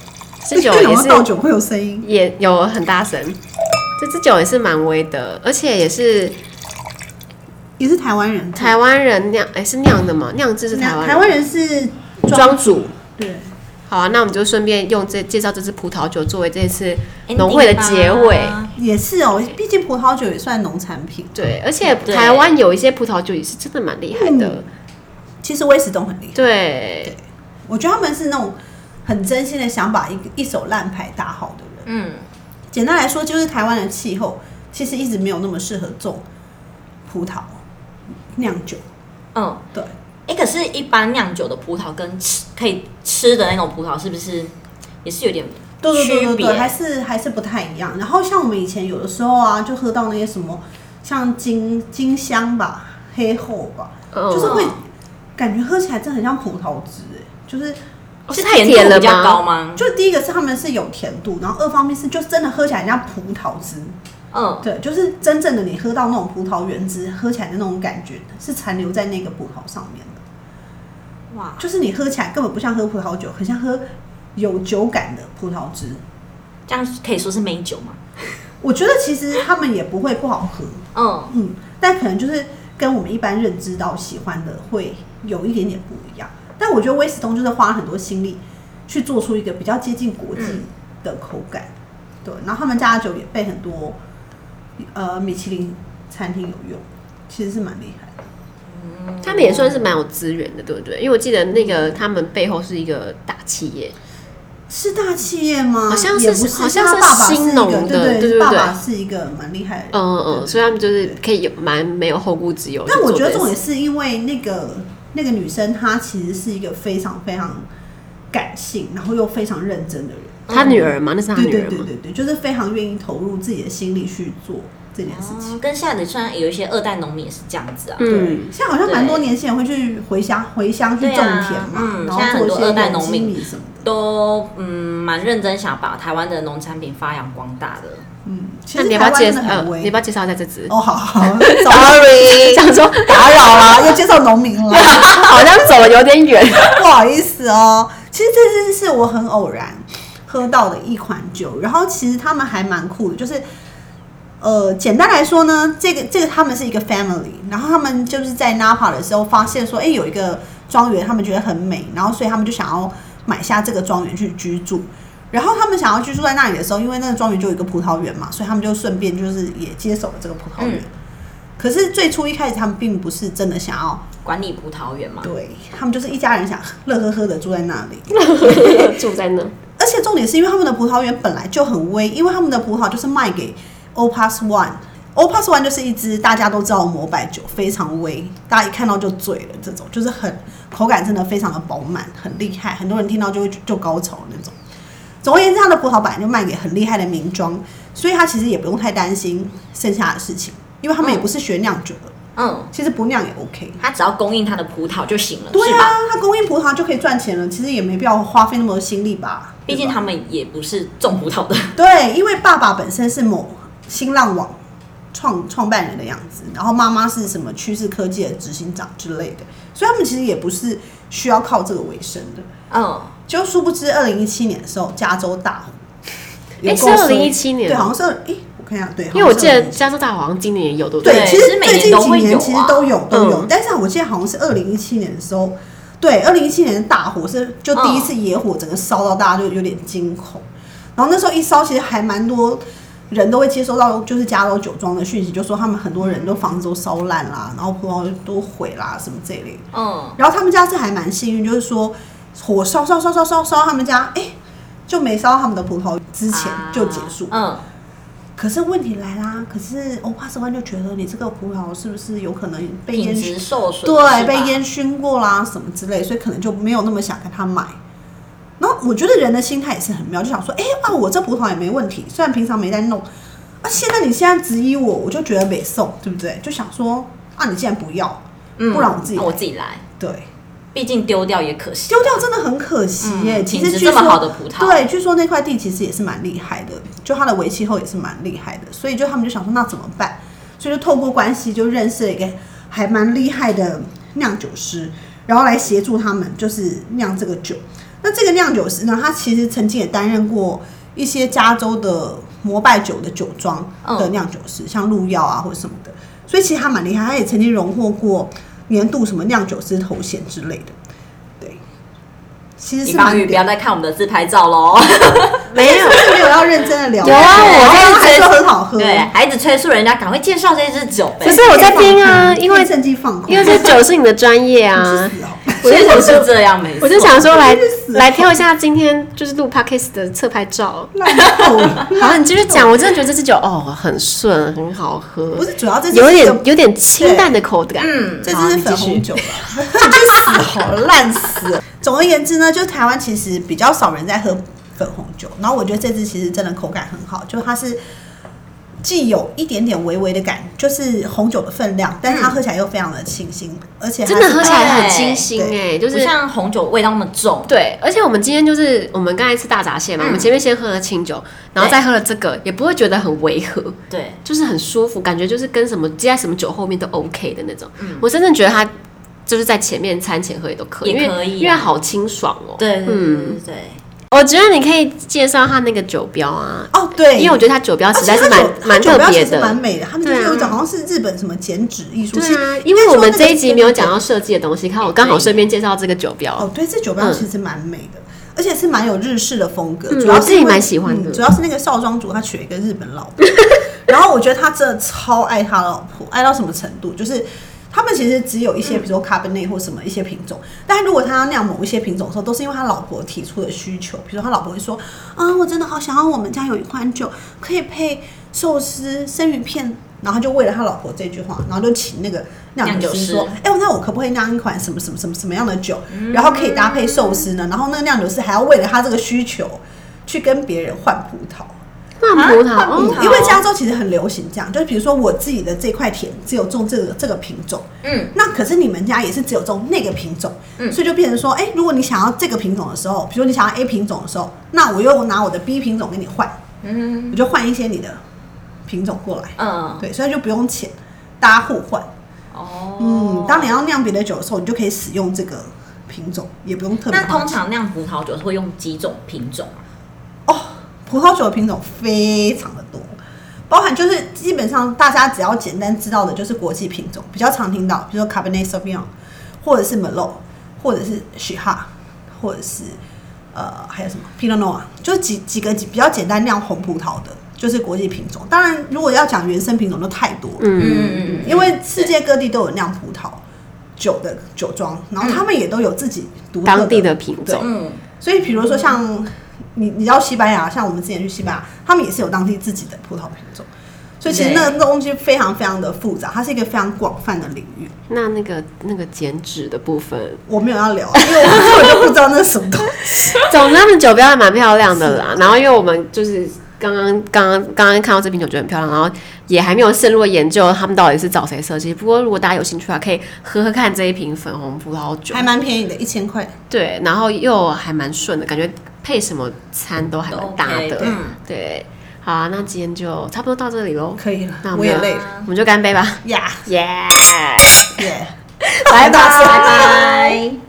Speaker 4: 这
Speaker 3: 对
Speaker 4: 酒啊
Speaker 3: 对
Speaker 4: 也
Speaker 3: 然后
Speaker 4: 是
Speaker 3: 倒酒会哎有声音，
Speaker 4: 也有很大声，这支酒也是蛮威的，而且也是
Speaker 3: 也是台湾人，
Speaker 4: 台湾人酿，哎，是酿的嘛？酿制是台湾
Speaker 3: 台湾人是
Speaker 4: 庄主。
Speaker 3: 对，
Speaker 4: 好啊，那我们就顺便用这介绍这支葡萄酒作为这次
Speaker 2: Ending
Speaker 4: 农会的结尾。
Speaker 2: 吧
Speaker 3: 也是哦，毕竟葡萄酒也算农产品。
Speaker 4: 对，而且
Speaker 2: 对
Speaker 4: 台湾有一些葡萄酒也是真的蛮厉害
Speaker 3: 嗯
Speaker 4: 的。
Speaker 3: 其实威斯东很厉害，
Speaker 4: 对，
Speaker 3: 我觉得他们是那种很真心的想把一个一手烂牌打好的人。
Speaker 2: 嗯，
Speaker 3: 简单来说，就是台湾的气候其实一直没有那么适合种葡萄酿酒。
Speaker 2: 嗯，
Speaker 3: 对，
Speaker 2: 哎、可是，一般酿酒的葡萄跟吃可以吃的那种葡萄，是不是也是有点
Speaker 3: 对对对对
Speaker 2: 区别
Speaker 3: 对，还是还是不太一样。然后像我们以前有的时候啊，就喝到那些什么像金金香吧、黑后吧，
Speaker 4: 嗯
Speaker 3: 就是会感觉喝起来真的很像葡萄汁、欸，就是
Speaker 4: 哦
Speaker 2: 是
Speaker 4: 太
Speaker 2: 甜
Speaker 4: 甜
Speaker 2: 度
Speaker 4: 了
Speaker 2: 比较
Speaker 4: 吗
Speaker 2: 高吗？
Speaker 3: 就第一个是他们是有甜度，然后二方面是就真的喝起来很像葡萄汁，
Speaker 2: 嗯，
Speaker 3: 对，就是真正的你喝到那种葡萄原汁喝起来的那种感觉，是残留在那个葡萄上面的，
Speaker 2: 哇，
Speaker 3: 就是你喝起来根本不像喝葡萄酒，很像喝有酒感的葡萄汁。
Speaker 2: 这样可以说是美酒吗？
Speaker 3: 我觉得其实他们也不会不好喝，
Speaker 2: 嗯，
Speaker 3: 嗯，但可能就是跟我们一般认知到喜欢的会有一点点不一样。但我觉得威斯通就是花了很多心力去做出一个比较接近国际的口感，对。然后他们家的酒也被很多呃米其林餐厅有用，其实是蛮厉害的。
Speaker 4: 他们也算是蛮有资源的，对不对？因为我记得那个他们背后是一个大企业，
Speaker 3: 是大企业吗？
Speaker 4: 好像是
Speaker 3: 也不
Speaker 4: 好像是
Speaker 3: 他爸爸是一个
Speaker 4: 兴农的
Speaker 3: 对
Speaker 4: 对对
Speaker 3: 爸
Speaker 4: 对
Speaker 3: 爸是一个蛮厉害的人。
Speaker 4: 嗯嗯，
Speaker 3: 对
Speaker 4: 嗯，所以他们就是可以有蛮没有后顾之忧。
Speaker 3: 但我觉得
Speaker 4: 就
Speaker 3: 重
Speaker 4: 做这
Speaker 3: 点
Speaker 4: 件事
Speaker 3: 是因为那个那个女生，她其实是一个非常非常感性，然后又非常认真的人。
Speaker 4: 他女儿嘛，那是他
Speaker 3: 对
Speaker 4: 女
Speaker 3: 对
Speaker 4: 儿
Speaker 3: 对
Speaker 4: 嘛，
Speaker 3: 对对，就是非常愿意投入自己的心力去做这件事情。
Speaker 2: 哦跟现在的虽然有一些二代农民也是这样子啊，
Speaker 4: 嗯，
Speaker 3: 现在好像蛮多年轻人会去回乡回乡去种
Speaker 2: 对啊
Speaker 3: 田嘛，
Speaker 2: 嗯
Speaker 3: 然后
Speaker 2: 现在
Speaker 3: 做
Speaker 2: 很
Speaker 3: 一
Speaker 2: 多
Speaker 3: 些
Speaker 2: 二代
Speaker 3: 有
Speaker 2: 农
Speaker 3: 机
Speaker 2: 民
Speaker 3: 米什么的。
Speaker 2: 都嗯蛮认真想把台湾的农产品发扬光大的。
Speaker 3: 嗯，其
Speaker 4: 那
Speaker 3: 实
Speaker 4: 你
Speaker 3: 台
Speaker 4: 要不要
Speaker 3: 湾
Speaker 4: 介
Speaker 3: 真
Speaker 4: 绍
Speaker 3: 的？
Speaker 4: 呃
Speaker 3: 很
Speaker 4: 你要不。
Speaker 3: 微
Speaker 4: 要介绍一下这支？
Speaker 3: 哦，好好 好
Speaker 4: Sorry，想说
Speaker 3: 打扰啦，又介绍农民了。
Speaker 4: 好像走的有点 远。
Speaker 3: 不好意思哦。其实这支是我很偶然喝到的一款酒，然后其实他们还蛮酷的，就是呃，简单来说呢，这个这个他们是一个 family，然后他们就是在 Napa 的时候发现说，哎，有一个庄园，他们觉得很美，然后所以他们就想要买下这个庄园去居住。然后他们想要居住在那里的时候，因为那个庄园就有一个葡萄园嘛，所以他们就顺便就是也接手了这个葡萄园。
Speaker 2: 嗯
Speaker 3: 可是最初一开始，他们并不是真的想要
Speaker 2: 管理葡萄园嘛，
Speaker 3: 对他们就是一家人想乐呵呵的住在那里，
Speaker 4: 住在那，
Speaker 3: 而且重点是因为他们的葡萄园本来就很微，因为他们的葡萄就是卖给 Opus One。Opus One 就是一支大家都知道的摩拜酒，非常微，大家一看到就醉了，这种就是很口感真的非常的饱满，很厉害，很多人听到就会就高潮那种。总而言之，它的葡萄本来就卖给很厉害的名庄，所以他其实也不用太担心剩下的事情，因为他们也不是学酿酒的，
Speaker 2: 嗯，
Speaker 3: 其实不酿也 OK。
Speaker 2: 他只要供应他的葡萄就行了，
Speaker 3: 对
Speaker 2: 是吧？
Speaker 3: 啊，他供应葡萄就可以赚钱了，其实也没必要花费那么多心力吧。
Speaker 2: 毕竟
Speaker 3: 对吧
Speaker 2: 他们也不是种葡萄的，
Speaker 3: 对，因为爸爸本身是某新浪网创创办人的样子，然后妈妈是什么趋势科技的执行长之类的，所以他们其实也不是需要靠这个为生的。
Speaker 2: 嗯，
Speaker 3: 就殊不知，二零一七年的时候，加州大火，
Speaker 4: 哎，
Speaker 3: 有
Speaker 4: 是
Speaker 3: 够
Speaker 4: 二
Speaker 3: 衰
Speaker 4: 零一七年
Speaker 3: 对，好
Speaker 4: 哦，
Speaker 3: 像是二，哎，我看一下，对，
Speaker 4: 因为我
Speaker 3: 好像
Speaker 4: 记
Speaker 3: 是
Speaker 4: 得
Speaker 3: 有
Speaker 4: 加州大好像今年也有，对不
Speaker 3: 对，
Speaker 2: 对
Speaker 3: 其
Speaker 2: 是
Speaker 3: 实
Speaker 2: 每
Speaker 3: 最
Speaker 2: 年
Speaker 3: 近
Speaker 2: 都
Speaker 3: 几
Speaker 2: 会有
Speaker 3: 年其实
Speaker 2: 啊
Speaker 3: 都有都有
Speaker 4: 嗯，
Speaker 3: 但是我记得好像是二零一七年的时候，对，二零一七年的大火是就第
Speaker 2: 嗯
Speaker 3: 一次野火，整个烧到大家就有点惊恐。然后那时候一烧，其实还蛮多人都会接收到就是加州酒庄的讯息，就说他们很多人都房子都烧烂啦，然后葡萄都毁啦什么这一类的。
Speaker 2: 嗯，
Speaker 3: 然后他们家是还蛮幸运，就是说火烧烧烧烧烧烧到他们家，哎、就没烧到他们的葡萄之前
Speaker 2: 啊
Speaker 3: 就结束。
Speaker 2: 嗯，
Speaker 3: 可是问题来啦，可是欧巴斯万就觉得你这个葡萄是不是有可能被
Speaker 2: 品
Speaker 3: 烟
Speaker 2: 质
Speaker 3: 熏？
Speaker 2: 受损，
Speaker 3: 对，
Speaker 2: 是吧嗯
Speaker 3: 被烟熏过啦什么之类，所以可能就没有那么想跟他买。然后我觉得人的心态也是很妙，就想说，哎、啊，我这葡萄也没问题，虽然平常没在弄，啊，现在你现在质疑我，我就觉得没送，对不对？就想说，啊，你既然不要，
Speaker 2: 嗯
Speaker 3: 不然我自己来
Speaker 2: 我自己来，
Speaker 3: 对，
Speaker 2: 毕竟丢掉也可惜。啊
Speaker 3: 丢掉真的很可惜耶、
Speaker 2: 嗯
Speaker 3: 其
Speaker 2: 品
Speaker 3: 实
Speaker 2: 质
Speaker 3: 据
Speaker 2: 这么
Speaker 3: 说
Speaker 2: 好的葡萄
Speaker 3: 对，据说那块地其实也是蛮厉害的，就它的为气候也是蛮厉害的，所以就他们就想说那怎么办？所以就透过关系就认识了一个还蛮厉害的酿酒师，然后来协助他们就是酿这个酒。那这个酿酒师呢，他其实曾经也担任过一些加州的膜拜酒的酒庄
Speaker 2: 嗯
Speaker 3: 的酿酒师，像鹿药啊或者什么的，所以其实他蛮厉害，他也曾经荣获过年度什么酿酒师头衔之类的。对，其实
Speaker 2: 李
Speaker 3: 是
Speaker 2: 邦
Speaker 3: 蛮
Speaker 2: 宇，不要再看我们的自拍照喽。
Speaker 3: 没有，哎是没有要认真的聊。
Speaker 4: 有啊我
Speaker 3: 刚
Speaker 2: 在
Speaker 3: 刚还
Speaker 2: 追
Speaker 3: 说很好喝，
Speaker 2: 对，孩子催促人家赶快介绍这支酒呗。
Speaker 4: 可是我在听啊，
Speaker 3: 嗯
Speaker 4: 因为
Speaker 3: 趁机放空，
Speaker 4: 因为这 酒是你的专业啊，
Speaker 3: 去死哦
Speaker 4: 我就
Speaker 2: 其实
Speaker 4: 想
Speaker 2: 是
Speaker 4: 说，
Speaker 2: 这样，没错。
Speaker 4: 我就想说来
Speaker 3: 真是死了
Speaker 4: 来挑一下今天就是录 podcast 的侧拍照。
Speaker 3: 烂透 了。
Speaker 4: 好，你继续讲，我真的觉得这支酒哦很顺，很好喝
Speaker 3: 不，是主要这支
Speaker 4: 有
Speaker 3: 是一
Speaker 4: 点
Speaker 3: 个
Speaker 4: 有点清淡的口感。
Speaker 2: 嗯，
Speaker 3: 这
Speaker 4: 好
Speaker 3: 支是
Speaker 4: 你继
Speaker 3: 粉
Speaker 4: 续
Speaker 3: 红酒吧？
Speaker 4: 啊
Speaker 3: 去死好了烂死了！总而言之呢，就台湾其实比较少人在喝粉红酒，然后我觉得这支其实真的口感很好，就它是既有一点点微微的感，就是红酒的分量，但是它喝起来又非常的清新，而且它
Speaker 4: 嗯真的
Speaker 3: 是
Speaker 4: 喝起来很清新
Speaker 3: 对
Speaker 4: 哎、就
Speaker 2: 不
Speaker 4: 是
Speaker 2: 像红酒味道那么重。
Speaker 4: 对，而且我们今天就是我们刚才吃大闸蟹嘛，
Speaker 2: 嗯
Speaker 4: 我们前面先喝了清酒，然后再喝了这个，也不会觉得很违和，
Speaker 2: 对，
Speaker 4: 就是很舒服，感觉就是跟什么接在什么酒后面都 OK 的那种。
Speaker 3: 嗯
Speaker 4: 我真正觉得它就是在前面餐前喝也都可以，
Speaker 2: 也
Speaker 4: 因
Speaker 2: 可
Speaker 4: 为
Speaker 2: 以啊
Speaker 4: 因为好清爽哦。
Speaker 2: 对，对对
Speaker 4: 嗯
Speaker 2: 对对。
Speaker 4: 我觉得你可以介绍它那个酒标啊，
Speaker 3: 哦，对，
Speaker 4: 因为我觉得它酒标啊
Speaker 3: 而
Speaker 4: 实在
Speaker 3: 且它
Speaker 4: 是
Speaker 3: 酒
Speaker 4: 蛮
Speaker 3: 它
Speaker 4: 蛮
Speaker 3: 酒
Speaker 4: 特
Speaker 3: 标
Speaker 4: 别
Speaker 3: 其实
Speaker 4: 的啊
Speaker 3: 蛮。美的，他们就是有一种好像是日本什么剪纸艺术，
Speaker 4: 对
Speaker 3: 是
Speaker 4: 啊，
Speaker 3: 应
Speaker 4: 因
Speaker 3: 该
Speaker 4: 为
Speaker 3: 说
Speaker 4: 我们
Speaker 3: 那个
Speaker 4: 这一集没有
Speaker 3: 真的
Speaker 4: 讲到设计的东西，看我刚好顺便介绍这个酒标
Speaker 3: 哦，，对，这酒标
Speaker 4: 嗯
Speaker 3: 其实蛮美的，而且是蛮有日式的风格，
Speaker 4: 嗯
Speaker 3: 主要
Speaker 4: 我
Speaker 3: 是
Speaker 4: 自己
Speaker 3: 因为
Speaker 4: 蛮喜欢的
Speaker 3: 嗯主要是那个少庄主他娶了一个日本老婆， 然后我觉得他真的超爱他老婆，爱到什么程度？就是他们其实只有一
Speaker 2: 嗯
Speaker 3: 些，比如说卡本内或什么一些品种，但如果他要酿某一些品种的时候，都是因为他老婆提出的需求，比如说他老婆会说，啊，我真的好想要我们家有一款酒可以配寿司、生鱼片。然后他就为了他老婆这句话，然后就请那个酿酒师说
Speaker 2: 酿酒师：“嗯
Speaker 3: 哎、那我可不可以酿一款什么什么什么什么样的酒，然后可以搭配寿司呢？然后那个酿酒师还要为了他这个需求去跟别人换葡萄，
Speaker 4: 换
Speaker 2: 啊
Speaker 4: 葡萄
Speaker 2: 换葡
Speaker 4: 哦
Speaker 2: 萄
Speaker 3: 因为加州其实很流行这样，就是比如说我自己的这块田只有种这个这个品种，
Speaker 2: 嗯，
Speaker 3: 那可是你们家也是只有种那个品种，
Speaker 2: 嗯
Speaker 3: 所以就变成说，哎、如果你想要这个品种的时候，比如你想要 A 品种的时候，那我又拿我的 B 品种给你换，
Speaker 2: 嗯
Speaker 3: 我就换一些你的品种过来，
Speaker 2: 嗯，
Speaker 3: 对，所以就不用钱，大家互换。
Speaker 2: 哦，
Speaker 3: 嗯，当你要酿别的酒的时候，你就可以使用这个品种，也不用特别
Speaker 2: 那
Speaker 3: 花钱。
Speaker 2: 通常酿葡萄酒会用几种品种啊？
Speaker 3: 哦，葡萄酒的品种非常的多，包含就是基本上大家只要简单知道的，就是国际品种比较常听到，比如说 Cabernet Sauvignon，或者是 Merlot，或者是 s h i h a 或者是呃还有什么 Pinot Noir，就是几几个几比较简单酿红葡萄的，就是国际品种。当然，如果要讲原生品种，就太多了。
Speaker 4: 嗯，
Speaker 2: 嗯
Speaker 3: 因为世界各地都有酿葡萄酒的酒庄，然后他们也都有自己独
Speaker 4: 嗯
Speaker 3: 特
Speaker 4: 当地的品种。
Speaker 2: 嗯
Speaker 3: 所以比如说像你，你到西班牙，像我们之前去西班牙，他们也是有当地自己的葡萄品种，所以其实那个东西非常非常的复杂，它是一个非常广泛的领域。
Speaker 4: 那那个那个减脂的部分，
Speaker 3: 我没有要 聊，因为我我就不知道那是什么东西。
Speaker 4: 总之他们酒标还蛮漂亮的啦。然后因为我们就是刚刚刚刚刚刚看到这瓶酒觉得很漂亮，然后也还没有深入地研究他们到底是找谁设计。不过如果大家有兴趣的话，可以喝喝看这一瓶粉红葡萄酒
Speaker 3: 还，蛮便宜的，一千块。
Speaker 4: 对，然后又还蛮顺的，感觉配什么餐都还蛮搭
Speaker 2: 都
Speaker 4: 的
Speaker 2: 嗯 OK，嗯。
Speaker 4: 对，好啊，那今天就差不多到这里喽。
Speaker 3: 可以了
Speaker 4: 那，
Speaker 3: 我
Speaker 4: 们
Speaker 3: 也
Speaker 4: 就
Speaker 3: 累了，
Speaker 4: 我 们就干杯吧，
Speaker 3: 呀
Speaker 4: 耶！
Speaker 3: 耶！
Speaker 4: 拜拜
Speaker 3: 大家
Speaker 2: 拜拜。